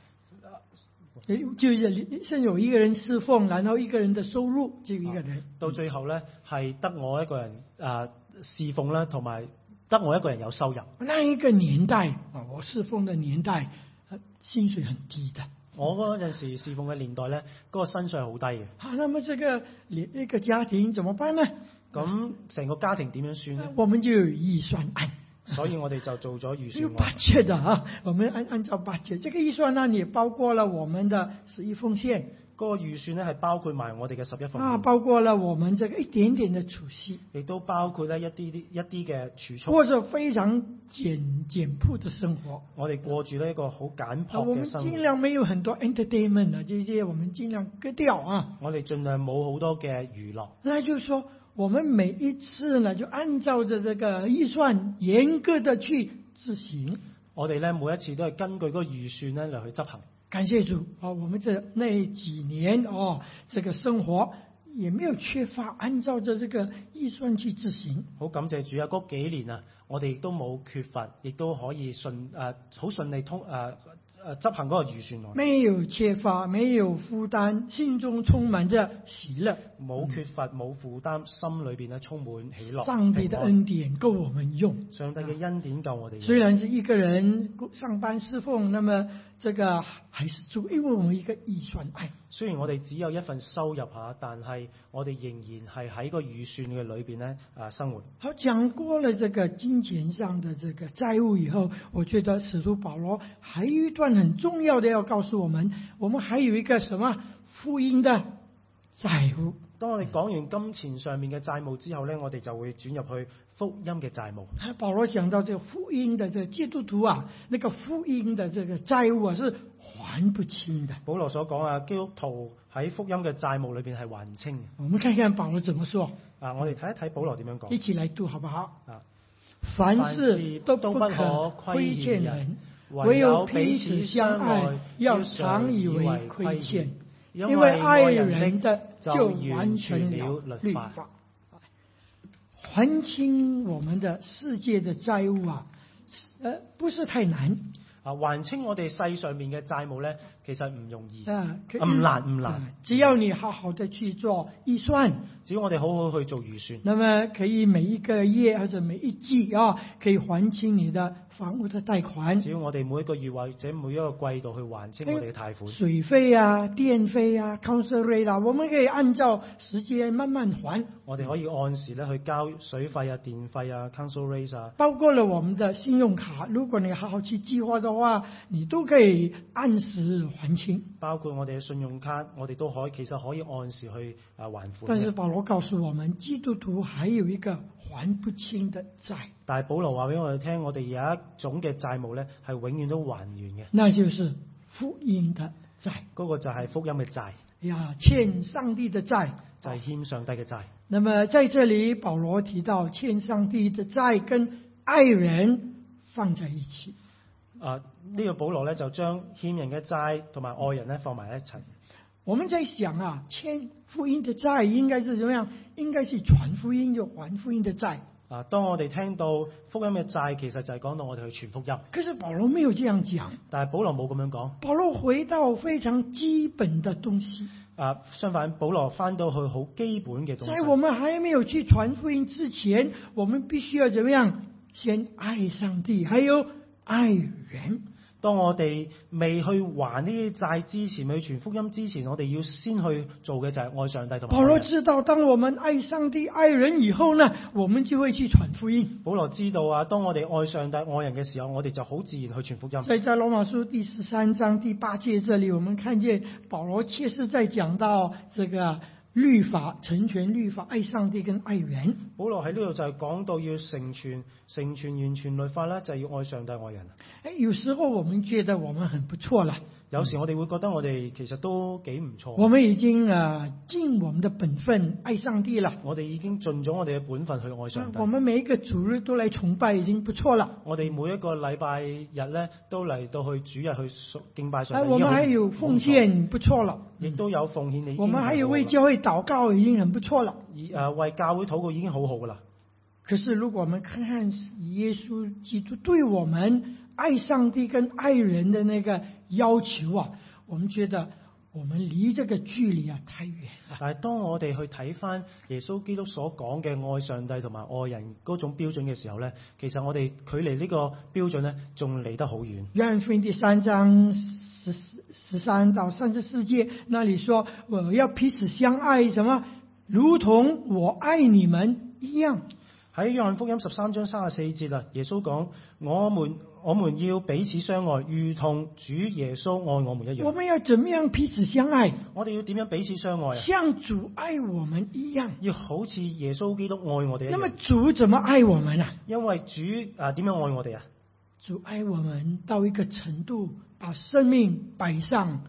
B: 诶就是现在有一个人侍奉，然后一个人的收入只有一个人，
A: 到最後咧，係得我一個人啊、侍奉啦，同埋得我一個人有收入。
B: 那一个年代啊，我侍奉的年代，呃薪水很低的。
A: 我嗰陣時侍奉嘅年代咧，嗰、個薪水係好低嘅。
B: 好、那么这个一一个家庭怎么辦呢？
A: 咁成個家庭點樣算
B: 那
A: 咧？
B: 我们就有预算案，
A: 所以我哋就做咗
B: 这个
A: 預算
B: 八
A: 案。
B: 戒的啊，我们按按照八戒这个预算案也包括了我们的十一奉献
A: 嗰、個預算咧係包括埋我哋嘅十一份
B: 啊，
A: 獻，
B: 包括了我们这个一点点的储蓄。
A: 亦都包括咧一啲啲一啲嘅儲蓄。
B: 过着非常简简朴的生活。
A: 我哋過住呢一個好簡
B: 啊，
A: 樸
B: 我们
A: 嘅生
B: 尽
A: 活，
B: 量没有很多 entertainment 啊，这些我们尽量割掉啊。
A: 我哋盡量冇好多嘅娛樂。
B: 那就是说，我们每一次呢，就按照着这个预算严格的去执行。
A: 我哋咧每一次都係根據嗰個預算咧嚟去執行。
B: 感谢主啊，我们这那几年哦，这个生活也没有缺乏，按照着这个预算去执行。
A: 好感謝主啊！嗰幾年啊，我哋亦都冇缺乏，亦都可以順誒好、順利通誒誒、呃執行嗰個預算案，
B: 没有缺乏，没有负担，心中充满着喜乐。
A: 冇缺乏冇負擔，心裏邊咧充滿喜樂。
B: 上帝的
A: 平安
B: 恩典够我们用。
A: 上帝嘅恩典夠我哋
B: 虽
A: 用。
B: 然是一个人上班侍奉，那么这个还是主，因为我们一个预算哎案。
A: 雖然我哋只有一份收入嚇，但係我哋仍然係喺個預算嘅裏邊咧誒生活。
B: 好，讲过了这个金钱上的这个债务以后，我觉得使徒保罗还有一段很重要的要告诉我们，我们还有一个什么福音的债务。
A: 當我哋講完金錢上面嘅債務之後咧，我哋就會轉入去福音嘅債務。
B: 啊保罗讲到这个福音的这个基督徒啊，那个福音的这个债务啊是还不清的。
A: 保羅所講啊，基督徒喺福音嘅債務裏邊係還唔清嘅。
B: 我们看看保罗怎么说，
A: 啊，我哋睇一睇保羅點樣講
B: 一。起来读好不好？
A: 啊！
B: 凡事都不可亏欠人，唯有彼此相爱，要常以为亏欠，因为爱人的就完全了律法。还清我们的世界的债务啊，呃，不是太难
A: 啊，還清我哋世上面嘅債務咧，其實唔容易，
B: 啊，可以
A: 唔難唔難
B: 啊。只要你好好的去做预算，
A: 只要我哋好好去做預算，
B: 那么可以每一个月或者每一季啊，可以还清你的房屋的贷款。
A: 只要我哋每一個月或者每一個季度去還清我哋嘅貸款，
B: 水费啊、电费啊、council rate 啊，我们可以按照时间慢慢还，
A: 我哋可以按時咧去交水費啊、電費啊、council rates 啊，
B: 包括了我们的信用卡。如果你好好去计划的话，你都可以按时还清。
A: 包括我哋嘅信用卡，我哋都可以其實可以按時去啊還款
B: 但是
A: 嘅。
B: 保罗告诉我们，基督徒还有一个还不清的债，
A: 但係保羅話俾我哋聽，我哋有一種嘅債務咧係永遠都還唔完嘅，
B: 那就是福音的债
A: 嗰、個就係福音嘅債，
B: 哎呀，欠上帝的债。
A: 就係、欠上帝嘅債。
B: 那么在这里，保罗提到欠上帝的债跟爱人放在一起。
A: 啊，呢、個保羅咧就將欠人嘅債同埋愛人咧放埋一齊。
B: 我们在想啊，欠福音的债应该是怎么样？应该是传福音就还福音的债。
A: 啊，當我哋聽到福音嘅債，其實就係講到我哋去傳福音，
B: 可是保羅没有这样讲，
A: 但係保羅冇咁樣講。
B: 保罗回到非常基本的东西，
A: 啊，相反，保羅翻到去好基本嘅
B: 在我
A: 東西。
B: 们还没有去传福音之前，我们必须要怎么样？先爱上帝，还有爱人。
A: 當我哋未去還呢啲債之前，未去傳福音之前，我哋要先去做嘅就係愛上帝同埋
B: 保
A: 愛
B: 罗
A: 人。
B: 知道，当我们爱上帝、爱人以后呢，我们就会去传福音。
A: 保羅知道啊，當我哋愛上帝、愛人嘅時候，我哋就好自然去傳福音。
B: 所以在罗马书第十三章第八节这里，我们看见保罗切实在讲到这个律法、成全律法、爱上帝跟爱人。
A: 保羅喺呢度就係講到要成全、成全完全律法咧，就係要愛上帝、愛人。
B: 哎，有时候我们觉得我们很不错了，
A: 有時我哋會覺得我哋其實都幾唔錯。
B: 嗯我们已经啊尽我们的本分，爱上帝了。
A: 我哋已經盡咗我哋嘅本分去愛上帝
B: 哎我。们每一个主日都来崇拜，已经不错了。
A: 我哋每一個禮拜日咧，都嚟到去主日去屬敬拜上
B: 哎，
A: 帝。
B: 我们还有奉献，不错了。
A: 已經好，亦都有奉獻。你已經
B: 我们还有为
A: 好
B: 教会祷告，已经很不错了。
A: 啦以誒為教會禱告已經好好噶啦。
B: 可是，如果我们看看耶稣基督对我们爱上帝跟爱人的那个要求啊，我们觉得我们离这个距离啊太远了。
A: 但係當我哋去睇翻耶穌基督所講嘅愛上帝同埋愛人嗰種標準嘅時候咧，其實我哋距離呢個標準咧，仲離得好遠。
B: 约翰福音第三章十十三到三十四节那里说：“我要彼此相爱，什么？如同我爱你们一样。”
A: 喺約翰福音十三章三十四節啊，耶穌講：我們我們要彼此相愛，如同主耶穌愛我們一
B: 我
A: 樣。
B: 们要怎么样彼此相爱？
A: 我哋要點樣彼此相愛啊？
B: 像主爱我们一样。
A: 要好似耶穌基督愛我哋一
B: 那么
A: 樣。
B: 主怎么爱我们呢、啊
A: 因為主啊點樣愛我哋啊？
B: 主爱我们到一个程度，把生命摆上，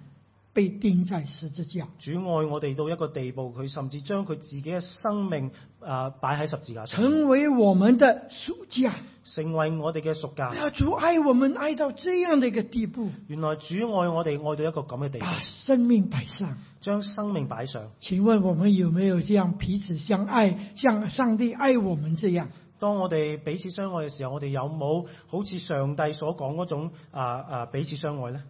B: 被钉在十字架。
A: 主愛我哋到一個地步，佢甚至將佢自己嘅生命啊擺喺十字架上，
B: 成为我们的暑假，
A: 成為我哋嘅贖價。
B: 啊！主爱我们爱到这样的一个地步，
A: 原來主愛我哋愛到一個咁嘅地步，
B: 把生命摆上。
A: 將生命擺上。
B: 请问我们有没有这样彼此相爱，像上帝爱我们这样？
A: 當我哋彼此相愛嘅時候，我哋有冇好似上帝所講嗰種啊啊彼此相愛呢？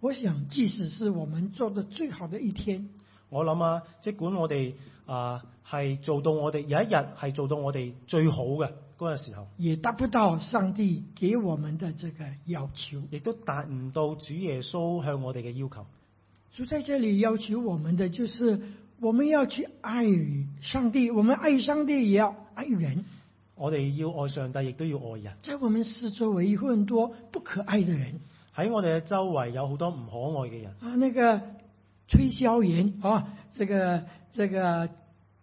B: 我想，即使是我们做的最好的一天，
A: 我諗啊，即管我哋啊係做到我哋有一日係做到我哋最好嘅嗰個時候，
B: 也达不到上帝给我们的这个要求。
A: 亦都達唔到主耶穌向我哋嘅要求。
B: 主在这里要求我们的就是，我们要去爱上帝，我们爱上帝也要爱人。
A: 我哋要愛上帝，亦都要愛人。
B: 在我们四周围有很多不可爱的人
A: 喺我哋嘅周圍有好多唔可愛嘅人，
B: 啊，那个推销员啊，这个这个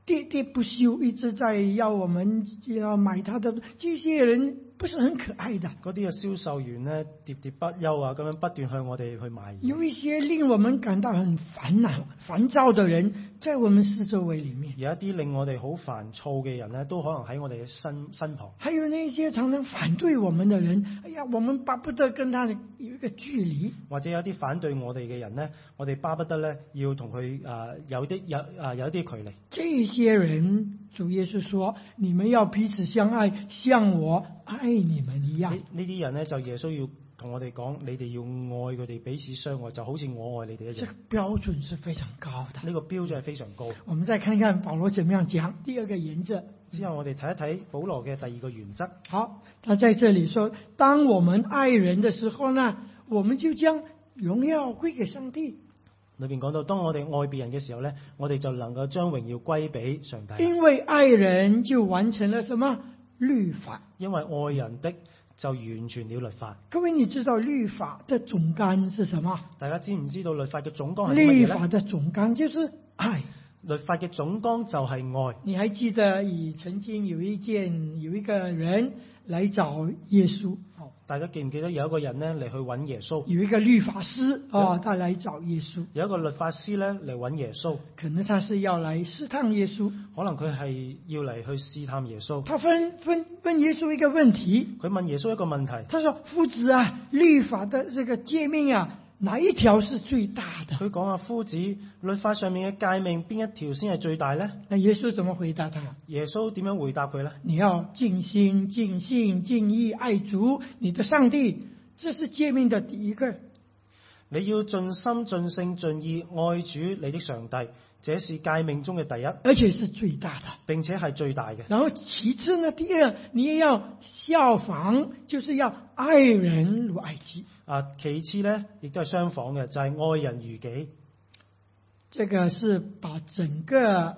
B: 喋喋不休，一直在要我们要买他的，这些人不是很可爱的。
A: 嗰啲嘅銷售員呢，喋喋不休啊，咁樣不斷向我哋去賣嘢。
B: 有一些令我们感到很烦恼、烦躁的人，在我们四周围里面。
A: 有一啲令我哋好煩躁嘅人呢，都可能喺我哋嘅身身旁。
B: 还有那些常常反对我们的人，哎呀，我们巴不得跟他有一个距离。
A: 或者有啲反對我哋嘅人呢，我哋巴不得呢，要同佢啊有啲有啊有啲距離。
B: 这些人，主耶稣说：“你们要彼此相爱，像我爱你们一样
A: 呢。呢啲人呢，就耶穌要同我哋講，你哋要愛佢哋，彼此相愛，就好似我愛你哋一
B: 这
A: 樣
B: 个。标准是非常高的。
A: 呢個標準係非常高。
B: 我们再看看保罗怎么样讲第二个原则。
A: 之後我哋睇一睇保羅嘅第二個原則。
B: 好，他在这里说：当我们爱人的时候呢，我们就将荣耀归给上帝，
A: 裏邊講到，當我哋愛別人嘅時候呢，我哋就能夠將榮耀歸俾上帝，
B: 因为爱人就完成了什么律法。
A: 因為愛人的就完全了律法。
B: 各位，你知道律法的总纲是什么？
A: 大家知唔知道律法嘅總綱係
B: 律
A: 乜嘢
B: 法
A: 呢？
B: 的总纲就是爱。
A: 律法嘅總綱就係愛。
B: 你还记得以曾经有一件有一个人来找耶稣。哦，
A: 大家記唔記得有一個人咧嚟去揾耶穌？
B: 有一个律法师
A: 有
B: 哦，他来找耶稣，
A: 有一個律法師咧嚟揾耶穌，
B: 可能他是要来试探耶稣。
A: 可能佢係要嚟去試探耶穌。
B: 他问问问耶稣一个问题，
A: 佢問耶穌一個問題，
B: 他说：“夫子啊，律法的这个诫命啊，哪一条是最大的
A: 佢講啊，夫子，律法上面嘅誡命邊一條先係最大呢？？”
B: 那耶稣怎么回答他？
A: 耶穌點樣回答佢呢？
B: 你要尽心、尽性、尽意爱主你的上帝，这是诫命的第一个。
A: 你要盡心、盡性、盡意愛主你的上帝，這是誡命中嘅第一，
B: 而且是最大的。
A: 並且係最大嘅。
B: 然后其次呢，第二，你也要效仿，就是要爱人如爱己。
A: 啊，其次呢，亦都係相仿嘅，就係、愛人如己。
B: 这个是把整个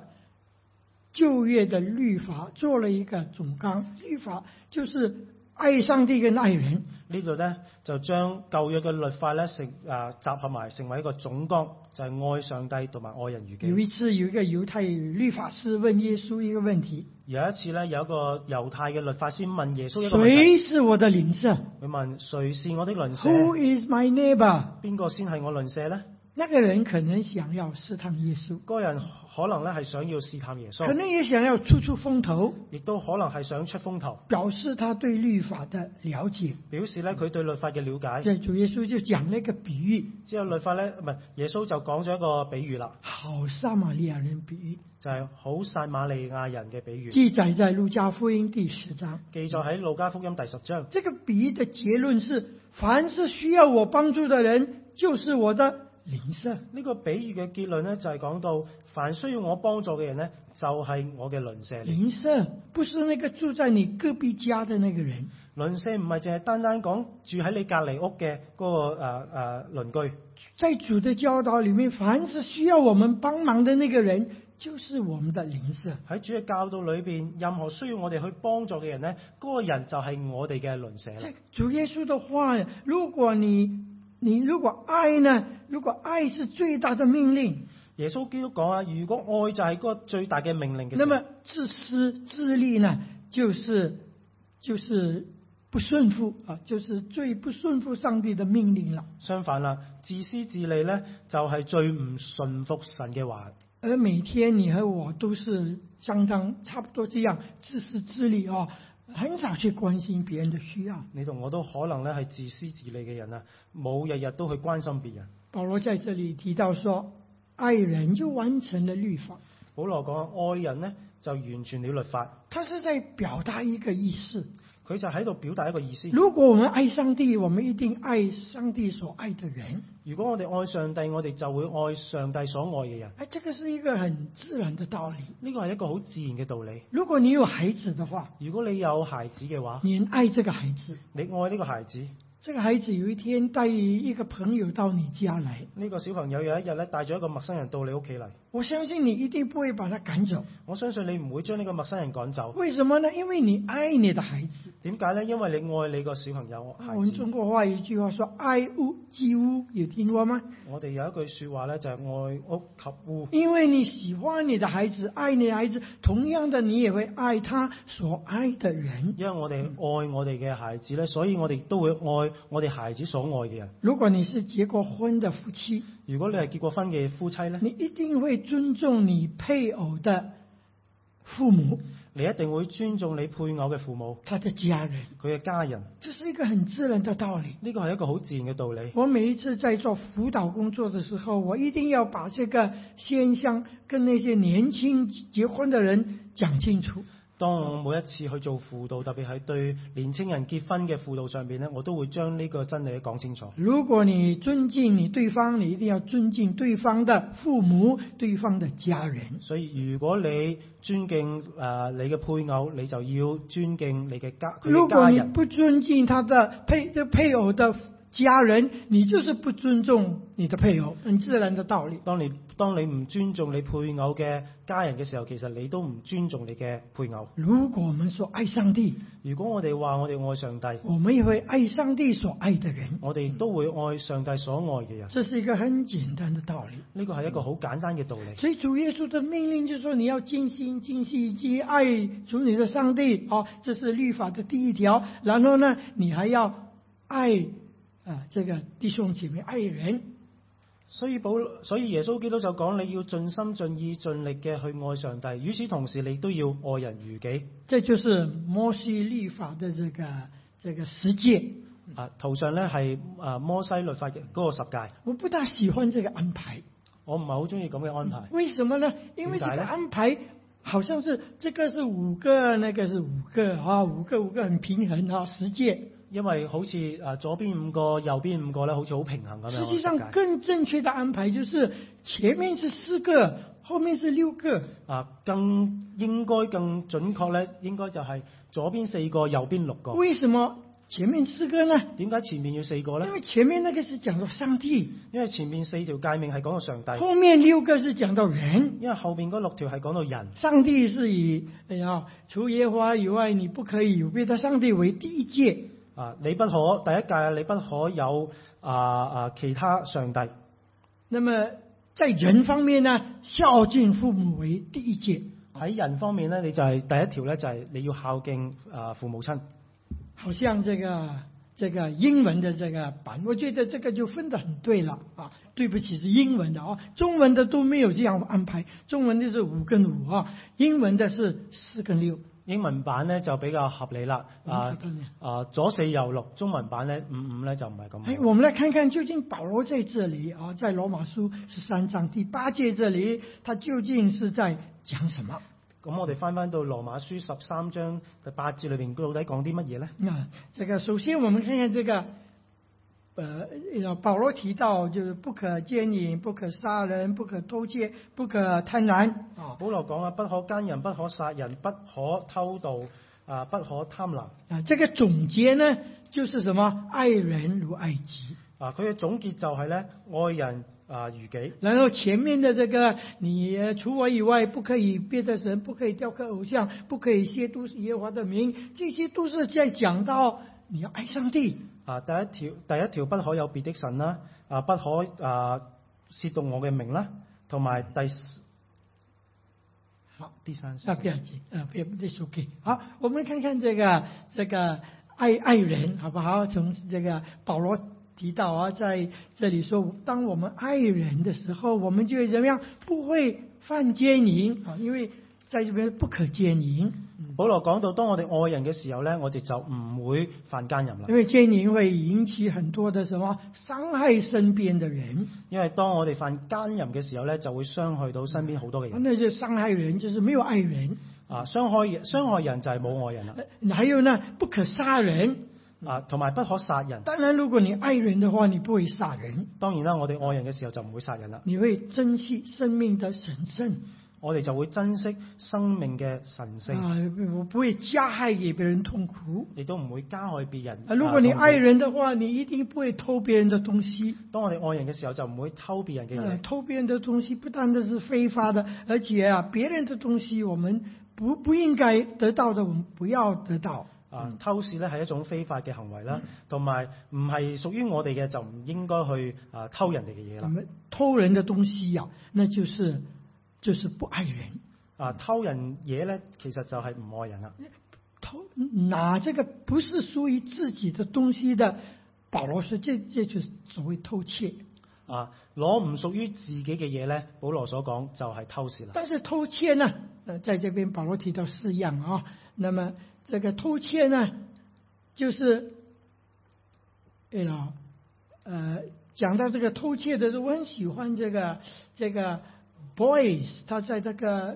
B: 就业的律法做了一个总纲，律法就是爱上帝跟爱人。
A: 呢度呢，就將舊約嘅律法呢，成啊集合埋成為一個總綱，就係、愛上帝同埋愛人如
B: 有
A: 己。
B: 一次，有一个犹太律法师问耶稣一个问题
A: 有一次呢，有一個猶太嘅律法師問耶穌：一個問題，
B: 谁是我的邻舍
A: 佢問誰是我的鄰舍？
B: ？Who is my neighbor？
A: 邊個先係我鄰舍呢？
B: 那个人可能想要试探耶稣，
A: 嗰個人可能呢係想要試探耶
B: 可
A: 穌，
B: 能也想要出出风头，
A: 亦都可能係想出風頭，
B: 表示他对律法的了解。
A: 表示呢佢對律法嘅了解。
B: 这主耶稣就讲了一个比喻，
A: 之後律法呢，唔係耶穌就講咗一個比喻啦，
B: 好撒玛利亚人比喻，
A: 就係、好撒瑪利亞人嘅比喻，
B: 记载在路加福音第十章。
A: 記載喺路加福音第十章。
B: 这个比喻的结论是：凡是需要我帮助的人，就是我的邻舍。
A: 呢個比喻嘅結論呢，就係、講到凡需要我幫助嘅人呢，就係、我嘅鄰舍嚟。
B: 邻舍不是那个住在你隔壁家的那个人，
A: 鄰舍唔係淨係單單講住喺你隔離屋嘅嗰、個誒誒鄰居。
B: 在主的教导里面，凡是需要我们帮忙的那个人，就是我们的邻舍。
A: 喺主嘅教導裏邊，任何需要我哋去幫助嘅人呢，嗰、個人就係我哋嘅鄰舍啦。
B: 在主耶稣的话，如果你你如果爱呢？如果爱是最大的命令，
A: 耶穌基督講啊，如果愛就係嗰個最大嘅命令嘅時
B: 那
A: 候，
B: 么自私自利呢，就是就是不顺服啊，就是最不顺服上帝的命令了。
A: 相反啦，自私自利呢，就係、最唔順服神嘅話。
B: 而每天你和我都是相当差不多这样自私自利啊、很少去关心别人的需要。
A: 你同我都可能咧係自私自利嘅人啊，冇日日都去關心別人。
B: 保罗在这里提到说，爱人就完成了律法，
A: 保羅講愛人呢，就完全了律法，
B: 他是在表达一个意思。
A: 佢就喺度表達一個意思。
B: 如果我们爱上帝，我们一定爱上帝所爱的人。
A: 如果我哋愛上帝，我哋就會愛上帝所愛嘅人。
B: 哎，这个是一个很自然的道理。
A: 呢個係一個好自然嘅道理。
B: 如果你有孩子的话，
A: 如果你有孩子嘅話，
B: 你很爱这个孩子，
A: 你愛呢個孩子，呢、
B: 这个孩子有一天带一个朋友到你家来，
A: 個小朋友有一日咧帶咗一個陌生人到你屋企嚟，
B: 我相信你一定不会把他赶走。
A: 我相信你唔會將呢個陌生人趕走。
B: 为什么呢？因为你爱你的孩子。
A: 點解呢？因為你愛你個小朋友
B: 啊
A: 孩
B: 我们
A: 子。
B: 中国话有一句话说“爱屋及乌”，有听过吗？
A: 我哋有一句説話呢，就係、愛屋及烏。
B: 因为你喜欢你的孩子，爱你的孩子，同样的你也会爱他所爱的人。
A: 因為我哋愛我哋嘅孩子咧，所以我哋都會愛我哋孩子所愛嘅人。
B: 如果你是结过婚的夫妻，
A: 如果你係結過婚嘅夫妻咧，
B: 你一定会尊重你配偶的父母、
A: 你一定會尊重你配偶嘅父母、
B: 他的家人，
A: 佢嘅家人。
B: 这是一个很自然的道理。
A: 呢個係一個好自然嘅道理。
B: 我每一次在做辅导工作的时候，我一定要把这个现象跟那些年轻结婚的人讲清楚。
A: 當我每一次去做輔導，特別係對年青人結婚嘅輔導上邊咧，我都會將呢個真理講清楚。
B: 如果你尊敬你对方，你一定要尊敬对方的父母、对方的家人。
A: 所以如果你尊敬誒、呃你嘅配偶，你就要尊敬你嘅家佢
B: 如
A: 嘅家
B: 果你
A: 人。
B: 不尊敬他的配的配偶的家人，你就是不尊重你的配偶，很自然的道理。
A: 當你當你唔尊重你配偶嘅家人嘅時候，其實你都唔尊重你嘅配偶。
B: 如果我们说爱上帝，
A: 如果我哋話我哋愛上帝，
B: 我们也会愛上帝所愛的人，
A: 我哋都會愛上帝所愛嘅人。
B: 这是一个很簡單的道理。
A: 呢個係一個好簡單嘅道理。
B: 所以主耶穌的命令就是说，你要尽心、尽心、尽意爱主你的上帝。哦，这是律法的第一条。然后呢，你还要爱啊、这个弟兄姐妹，爱人。
A: 所以保所以耶穌基督就講你要盡心盡意盡力嘅去愛上帝，與此同時你都要愛人如己。
B: 这就是摩西律法的这个这个十诫。
A: 啊，圖上咧係啊摩西律法嘅嗰個十戒，
B: 我不大喜欢这个安排，
A: 我唔係好中意咁嘅安排，
B: 为什么呢？因为这个安排好像是这个是五个，那个是五个啊，五个五个很平衡啊，十诫。
A: 因為好似啊左邊五個右邊五個咧，好似好平衡咁樣
B: 实
A: 啊。
B: 际上
A: 十戒
B: 更正确的安排就是前面是四个，后面是六个。
A: 啊更應該更準確咧，應該就係左邊四個，右邊六個。
B: 为什么前面四个呢？
A: 點解前面要四個咧
B: 因？为前面那个是讲到上帝，
A: 因為前面四條界面係講到上帝，
B: 后面六个是讲到人。
A: 因為後面嗰六條係講到人。
B: 上帝是以哎呀，除耶和华以外，你不可以有别的上帝为第一诫。
A: 啊，你不可第一屆你不可有啊啊其他上帝。
B: 那么在人方面呢，孝敬父母为第一诫。
A: 喺人方面咧，你就係、第一條咧，就係、你要孝敬啊父母親。
B: 好像这个这个英文的这个版，我觉得这个就分得很对了啊。对不起，是英文的啊，中文的都没有这样安排，中文的是五跟五啊，英文的是四跟六。
A: 英文版咧就比較合理啦，啊啊左四右六，中文版咧五五咧就唔係
B: 哎，
A: 咁。
B: 我们来看看究竟保罗在这里啊，在罗马书十三章第八节这里，他究竟是在讲什么？
A: 咁我哋翻翻到羅馬書十三章第八節裏邊，到底講啲乜嘢咧？
B: 啊，这个首先我们看看这个，呃，呃保罗提到就是不可奸淫、不可杀人、不可偷窃、不可贪婪啊
A: 保羅講啊，不可奸人，不可殺人，不可偷盜，啊不可貪婪。
B: 啊，这个总结呢就是什么？爱人如爱己。
A: 啊，佢嘅總結就係咧，愛人啊如己。
B: 然后前面的这个，你呃除我以外不可以别的神，不可以雕刻偶像，不可以亵渎耶和华的名，这些都是在讲到你要爱上帝。
A: 啊，第一條第一條不可有別的神啦，啊不可啊褻瀆我嘅名啦，同埋第四
B: 好，
A: 第三
B: 那不要紧，呃，不要这是 OK。好，我们看看这个这个爱爱人好不好？从这个保罗提到啊，在这里说，当我们爱人的时候，我们就会怎么样？不会犯奸淫啊，因为在这边不可奸淫，
A: 保羅講到，當我哋愛人嘅時候咧，我哋就唔會犯奸淫啦
B: 因。为奸淫会引起很多的什么伤害身边的人，
A: 因為當我哋犯奸淫嘅時候咧，就會傷害到身邊好多嘅人。
B: 啊那就伤害人就是没有爱人。
A: 啊，傷害傷害人就係冇愛人啦。
B: 呃还有呢，不可杀人。
A: 啊，同埋不可殺人。
B: 当然，如果你爱人的话，你不会杀人。
A: 當然啦，我哋愛人嘅時候就唔會殺人啦。
B: 你会珍惜生命的神圣
A: 我哋就會珍惜生命嘅神聖，
B: 啊，我不会加害给别人痛苦
A: 亦都唔會加害別人。
B: 啊。如果你
A: 啊
B: 爱，人的话，你一定不会偷别人的东西。
A: 當我哋愛人嘅時候就唔會偷別人嘅
B: 呃
A: 嘢。
B: 偷别人的东西不单单是非法的，而且啊，别人的东西我们不不应该得到的，我们不要得到。
A: 啊，偷竊咧係一種非法嘅行為啦，同埋唔係屬於我哋嘅就唔應該去啊偷人哋嘅嘢
B: 我
A: 啦。
B: 们偷人的东西呀、那就是就是不爱人。
A: 啊，偷人嘢咧其實就係唔愛人啦。
B: 偷拿这个不是属于自己的东西的，保罗说这这就是所谓偷窃。
A: 啊，攞唔屬於自己嘅嘢咧，保羅所講就係偷竊啦。
B: 但是偷窃呢，呃，在这边保罗提到四样啊、那么这个偷窃呢，就是，对了，呃，讲到这个偷窃的时候，我很喜欢这个这个 Boys，他在这个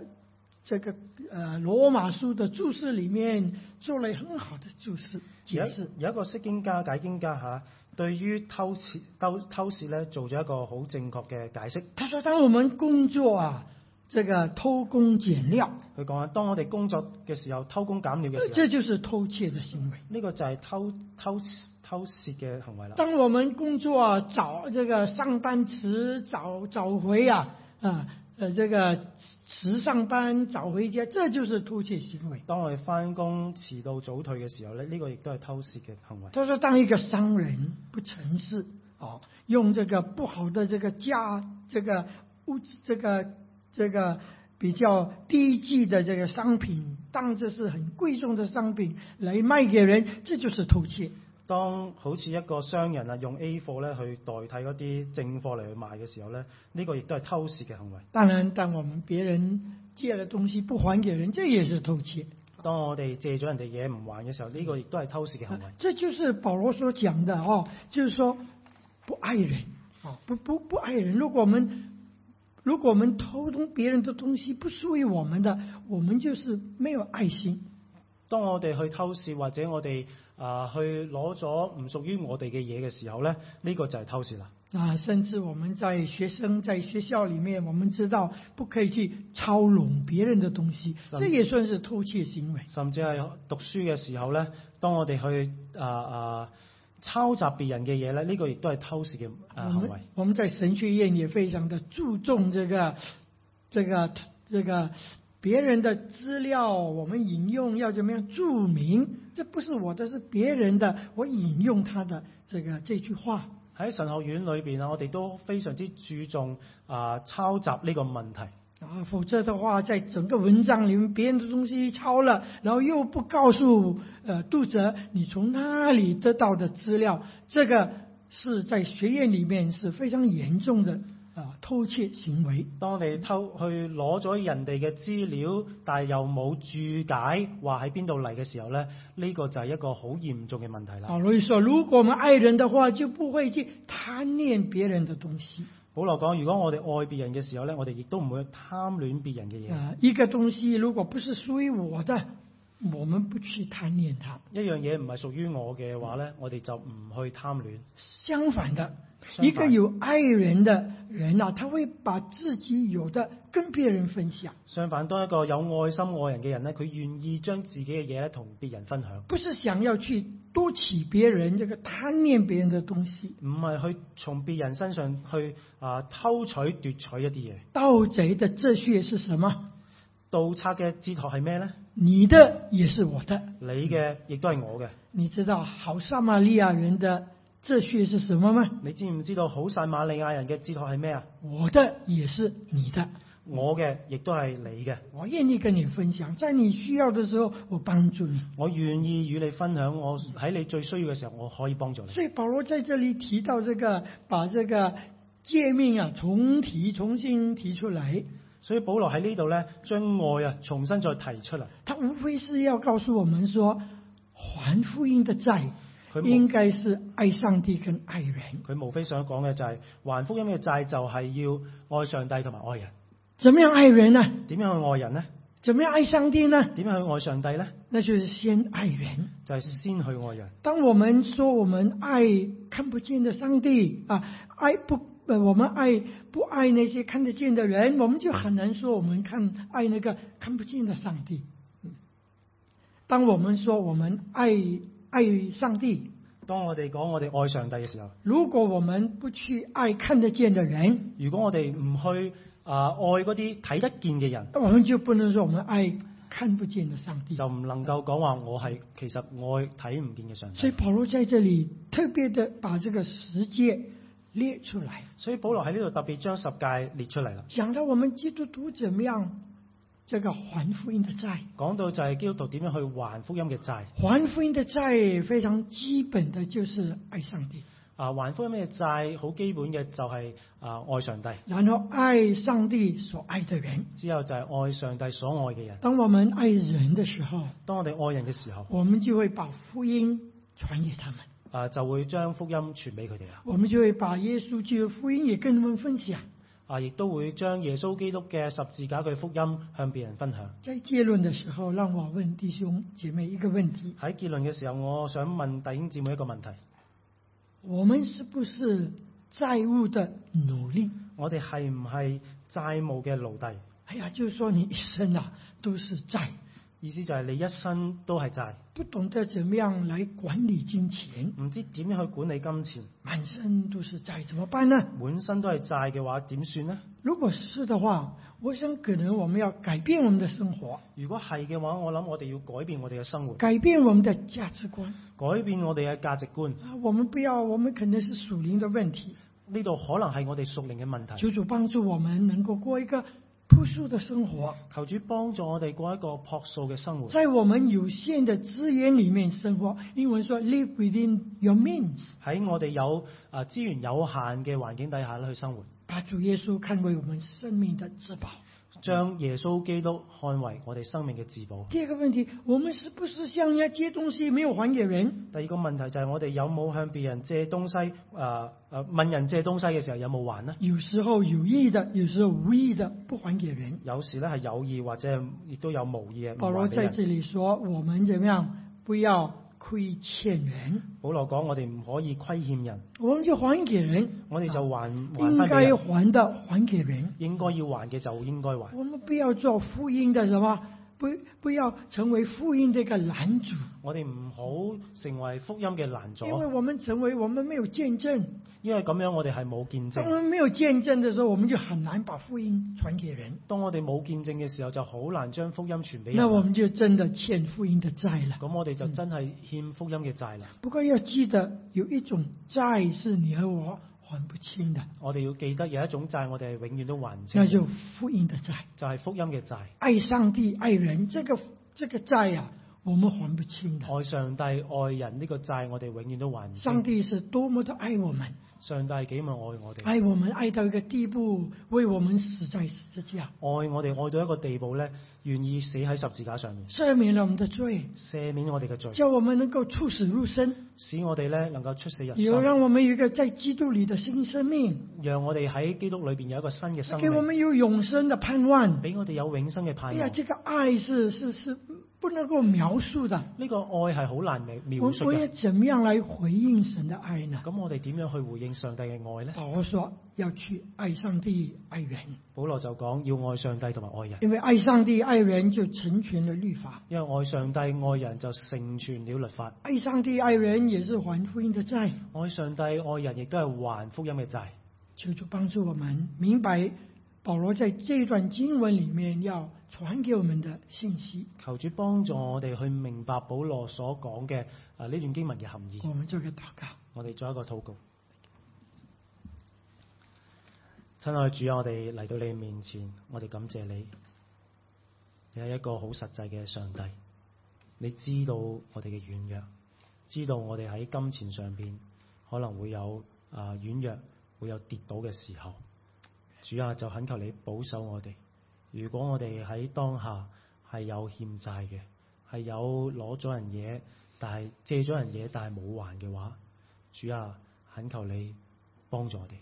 B: 这个呃罗马书的注释里面做了很好的注释解
A: 有
B: 释。
A: 一有一個釋經家解經家嚇、對於偷竊偷偷竊咧做咗一個好正確嘅解釋。
B: 他说，当我们工作啊，这个偷工减料，
A: 佢講啊，當我哋工作嘅時候偷工減料嘅時候，
B: 这就是偷窃的行为。
A: 呢、個就係偷偷偷竊嘅行為啦。
B: 当我们工作啊早，这个上班迟早早回啊啊呃这个迟上班早回家，这就是偷窃行为。
A: 當我哋翻工遲到早退嘅時候咧，呢、個亦都係偷竊嘅行為。
B: 他说，当一个商人不诚实啊，用这个不好的这个价，这个物质，这个这个比较低级的这个商品，当这是很贵重的商品来卖给人，这就是偷窃。
A: 當好似一個商人啊，用 A 貨咧去代替嗰啲正貨嚟去賣嘅時候咧，呢、個亦都係偷竊嘅行為。
B: 当然，当我们别人借了东西不还给人，这也是偷窃。
A: 當我哋借咗人哋嘢唔還嘅時候，呢、個亦都係偷竊嘅行為。
B: 呃这就是保罗所讲的哦，就是说不爱人啊，不不不爱人。如果我们如果我们偷东别人的东西不属于我们的，我们就是没有爱心。
A: 當我哋去偷竊或者我哋啊、去攞咗唔屬於我哋嘅嘢嘅時候咧，呢、個就係偷竊啦。
B: 啊，甚至我们在学生在学校里面，我们知道不可以去抄拢别人的东西，
A: 是
B: 这也算是偷窃行为。
A: 甚至係讀書嘅時候咧，當我哋去啊啊抄襲別人嘅嘢咧，呢、個亦都係偷竊嘅啊
B: 我
A: 行為
B: 们。我们在神学院也非常的注重这个这个这个别人的资料，我们引用要怎么样注明？这不是我的，是别人的，我引用他的这个这句话。
A: 喺神學院裏邊啊，我哋都非常之注重啊抄襲呢個問題。
B: 啊，否则的话，在整个文章里面，别人的东西抄了，然后又不告诉呃读者你从哪里得到的资料，这个是在学院里面是非常严重的啊、偷窃行为。
A: 當我哋偷去攞咗人哋嘅資料，但係又冇注解話喺邊度嚟嘅時候咧，呢、個就係一個好嚴重嘅問題啦。
B: 保罗说，啊如果我们爱人的话，就不会去贪恋别人的东西。
A: 保羅講：如果我哋愛別人嘅時候咧，我哋亦都唔會貪戀別人嘅嘢。
B: 啊、一个东西如果不是属于我的，我们不去贪恋它。
A: 一樣嘢唔係屬於我嘅話咧，我哋就唔去貪戀。
B: 相反的，
A: 相反
B: 一个有爱人的人啊，他会把自己有的跟别人分享，
A: 相反，當一個有愛心愛人嘅人咧，佢願意將自己嘅嘢咧同別人分享，
B: 不是想要去夺取别人这个贪恋别人的东西。
A: 唔係去從別人身上去啊偷取奪取一啲嘢。
B: 盗贼的哲学是什么？
A: 盜賊嘅哲學係咩呢？
B: 你的也是我的。
A: 你嘅亦都係我嘅。
B: 你知道好撒玛利亚人的哲学是什么吗？
A: 你知唔知道好撒瑪利亞人嘅哲學係咩啊？
B: 我的也是你的，
A: 我嘅亦都係你嘅。
B: 我愿意跟你分享，在你需要的时候，我帮助你。
A: 我願意與你分享，我喺你最需要嘅時候，我可以幫助你。
B: 所以保罗在这里提到这个，把这个诫命啊重提，重新提出来，
A: 所以保羅喺呢度呢，將愛啊重新再提出嚟。
B: 他无非是要告诉我们说，还福音的债
A: 佢冇
B: 应该是爱上帝跟爱人。
A: 佢無非想講嘅就係、還福音嘅債就係要愛上帝同埋愛人。
B: 怎么样爱人呢？
A: 點樣去愛人呢？
B: 怎么样爱上帝呢？
A: 點樣去愛上帝呢？
B: 那就是先爱人。
A: 就係、先去愛人。
B: 当我们说我们爱看不见的上帝啊，爱不呃，我们爱不爱那些看得见的人，我们就很难说我们看爱那个看不见的上帝。当我们说我们爱爱上帝，
A: 當我哋講我哋愛上帝嘅時候，
B: 如果我们不去爱看得见的人，
A: 如果我哋唔去啊、愛嗰啲睇得見嘅人，
B: 那我们就不能说我们爱看不见的上帝。
A: 就唔能夠講話我係其實愛睇唔見嘅上
B: 所以
A: 帝。
B: 保罗在这里特别的把这个十诫列出来。
A: 所以保羅喺呢度特別將十戒列出嚟啦，
B: 讲到我们基督徒怎么样这个还福音的债，
A: 講到就係基督徒點樣去還福音嘅債。
B: 还福音的债非常基本的就是爱上帝，
A: 啊，還福音嘅債好基本嘅就係、啊愛上帝，
B: 然后爱上帝所爱的人。
A: 之後就係愛上帝所愛嘅人。
B: 当我们爱人的时候，
A: 當我哋愛人嘅時候，
B: 我们就会把福音传给他们，
A: 啊就會將福音傳俾佢哋啦。
B: 我们就会把耶稣基督的福音也跟他们分享。
A: 啊，亦都會將耶穌基督嘅十字架嘅福音向別人分享。
B: 在结论的时候，让我问弟兄姐妹一个问题：
A: 喺結論嘅時候，我想問弟兄姊妹一個問題：
B: 我们是不是债务的奴隶？
A: 我哋係唔係債務嘅奴隸？
B: 哎呀，就是说你一生啊都是债，
A: 意思就係你一生都係債，
B: 不懂得怎么样来管理金钱，
A: 唔知點樣去管理金錢，
B: 满身都是债，怎么办呢？
A: 滿身都係債嘅話點算呢？
B: 如果是的话，我想可能我们要改变我们的生活，
A: 如果係嘅話，我諗我哋要改變我哋嘅生活，
B: 改变我们的价值观
A: 改變我哋嘅價值觀。
B: 啊。我们不要，我们可能是属灵的问题，
A: 呢度可能係我哋屬靈嘅問題。
B: 求主帮助我们能够过一个朴素的生活，
A: 求主幫助我哋過一個樸素嘅生活，
B: 在我们有限的资源里面生活。英文说 “live within your means”，
A: 喺我哋有啊資源有限嘅環境底下咧去生活，
B: 把主耶稣看为我们生命的至宝。
A: 將耶穌基督看為我哋生命嘅至寶。
B: 第二个问题，我们是不是向人家借东西没有还给人？
A: 第二個問題就係我哋有冇向別人借東西？啊啊問人借東西嘅時候有冇還呢？
B: 有时候有意的，有时候无意的不还给人。
A: 有時咧係有意或者係亦都有無意嘅唔
B: 保罗
A: 還俾
B: 在
A: 嗯人
B: 这里说，我们怎么样不要亏欠人，
A: 保羅講：我哋唔可以虧欠人，
B: 我们就还给人，
A: 我哋就還還
B: 啊
A: 翻
B: 应
A: 俾
B: 该
A: 人，
B: 还的还给人。
A: 應該要還嘅就應該還。
B: 我们不要做福音的什么，不不要成为福音的一个拦阻，
A: 我哋唔好成為福音嘅攔
B: 因为
A: 阻，
B: 我们成为我们没有见证，
A: 因為咁樣我哋係冇見
B: 当
A: 證
B: 我。们没有见证的时候，我们就很难把福音传给人，
A: 當我哋冇見證嘅時候，就好難將福音傳俾人
B: 那我
A: 啦。
B: 们就真的欠福音的债了。
A: 咁我哋就真係欠福音嘅債啦。
B: 不过要记得，有一种债是你和我还不清的，
A: 我哋要記得有一種債，我哋係永遠都還唔清
B: 那，就福音的债。
A: 就係福音嘅債。
B: 爱上帝、爱人，这个这个债呀、我们还不清的。
A: 愛上帝、愛人呢個債，我哋永遠都還唔
B: 上
A: 清。
B: 帝是多么的爱我们，
A: 上帝係幾咁愛我哋，愛
B: 爱我们爱到一个地步，为我们死在十字架，
A: 我哋愛到一個地步咧，願意死喺十字架上面，
B: 赦免了我们的罪，
A: 赦免我哋嘅罪，
B: 叫我们能够出死入生，
A: 使我哋咧能夠出死入
B: 也
A: 生，
B: 让我们有一个在基督里的新生命，
A: 讓我哋喺基督裏邊有一個新嘅生
B: 给我
A: 命，
B: 们有永生的盼望。
A: 俾我哋有永生嘅
B: 哎
A: 盼
B: 呀，
A: 望。
B: 这个爱是是是不能够描述的。
A: 呢個愛係好難描
B: 我
A: 描述
B: 我要
A: 嘅。
B: 怎么样来回应神的爱呢？
A: 咁我哋點樣去回應上帝嘅愛呢？
B: 保罗说要去爱上帝、爱人，
A: 保羅就講要愛上帝同埋愛人，
B: 因为爱上帝、爱人就成全了律法，
A: 因為愛上帝愛人就成全了律法，
B: 爱上帝、爱人也是还福音的债。
A: 愛上帝愛人亦都係還福音嘅債。
B: 求主帮助我们明白保罗在这段经文里面要传给我们的信息，
A: 求主幫助我哋去明白保羅所講嘅啊呢段經文嘅含義。
B: 我们做个祷告。
A: 我哋做一個禱告。親愛嘅主啊，我哋嚟到你面前，我哋感謝你。你係一個好實際嘅上帝，你知道我哋嘅軟弱，知道我哋喺金錢上邊可能會有啊、軟弱，會有跌倒嘅時候。主啊，就懇求你保守我哋。如果我哋喺當下係有欠債嘅，係有攞咗人嘢，但係借咗人嘢，但係冇還嘅話，主啊，懇求你幫助我哋。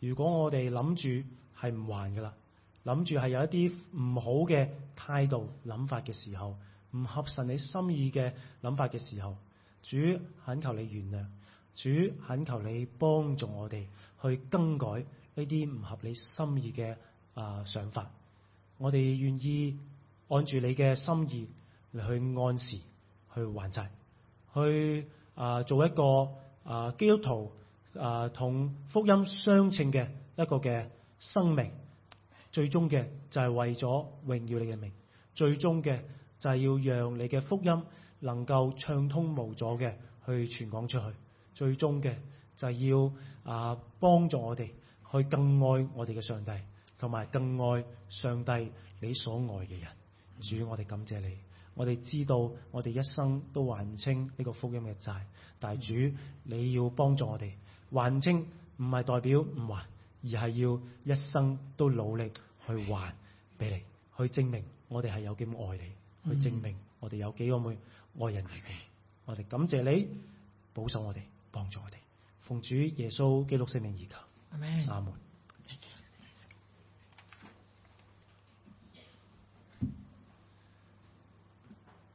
A: 如果我哋諗住係唔還噶啦，諗住係有一啲唔好嘅態度、諗法嘅時候，唔合神你心意嘅諗法嘅時候，主懇求你原諒，主懇求你幫助我哋去更改呢啲唔合你心意嘅啊、想法。我哋願意按住你嘅心意嚟去按時去還債，去啊、做一個啊、基督徒啊、同福音相稱嘅一個嘅生命，最終嘅就係為咗榮耀你嘅名，最終嘅就係要讓你嘅福音能夠暢通無阻嘅去傳講出去，最終嘅就係要啊、幫助我哋去更愛我哋嘅上帝。同埋更愛上帝你所愛嘅人。主，我哋感謝你。我哋知道我哋一生都還唔清呢個福音嘅債，但係主你要幫助我哋還唔清，唔係代表唔還，而係要一生都努力去還俾你，去證明我哋係有幾咁愛你，去證明我哋有幾咁會愛人如己。我哋感謝你保守我哋，幫助我哋，奉主耶穌基督聖名而求，
B: 阿门。
A: 阿門。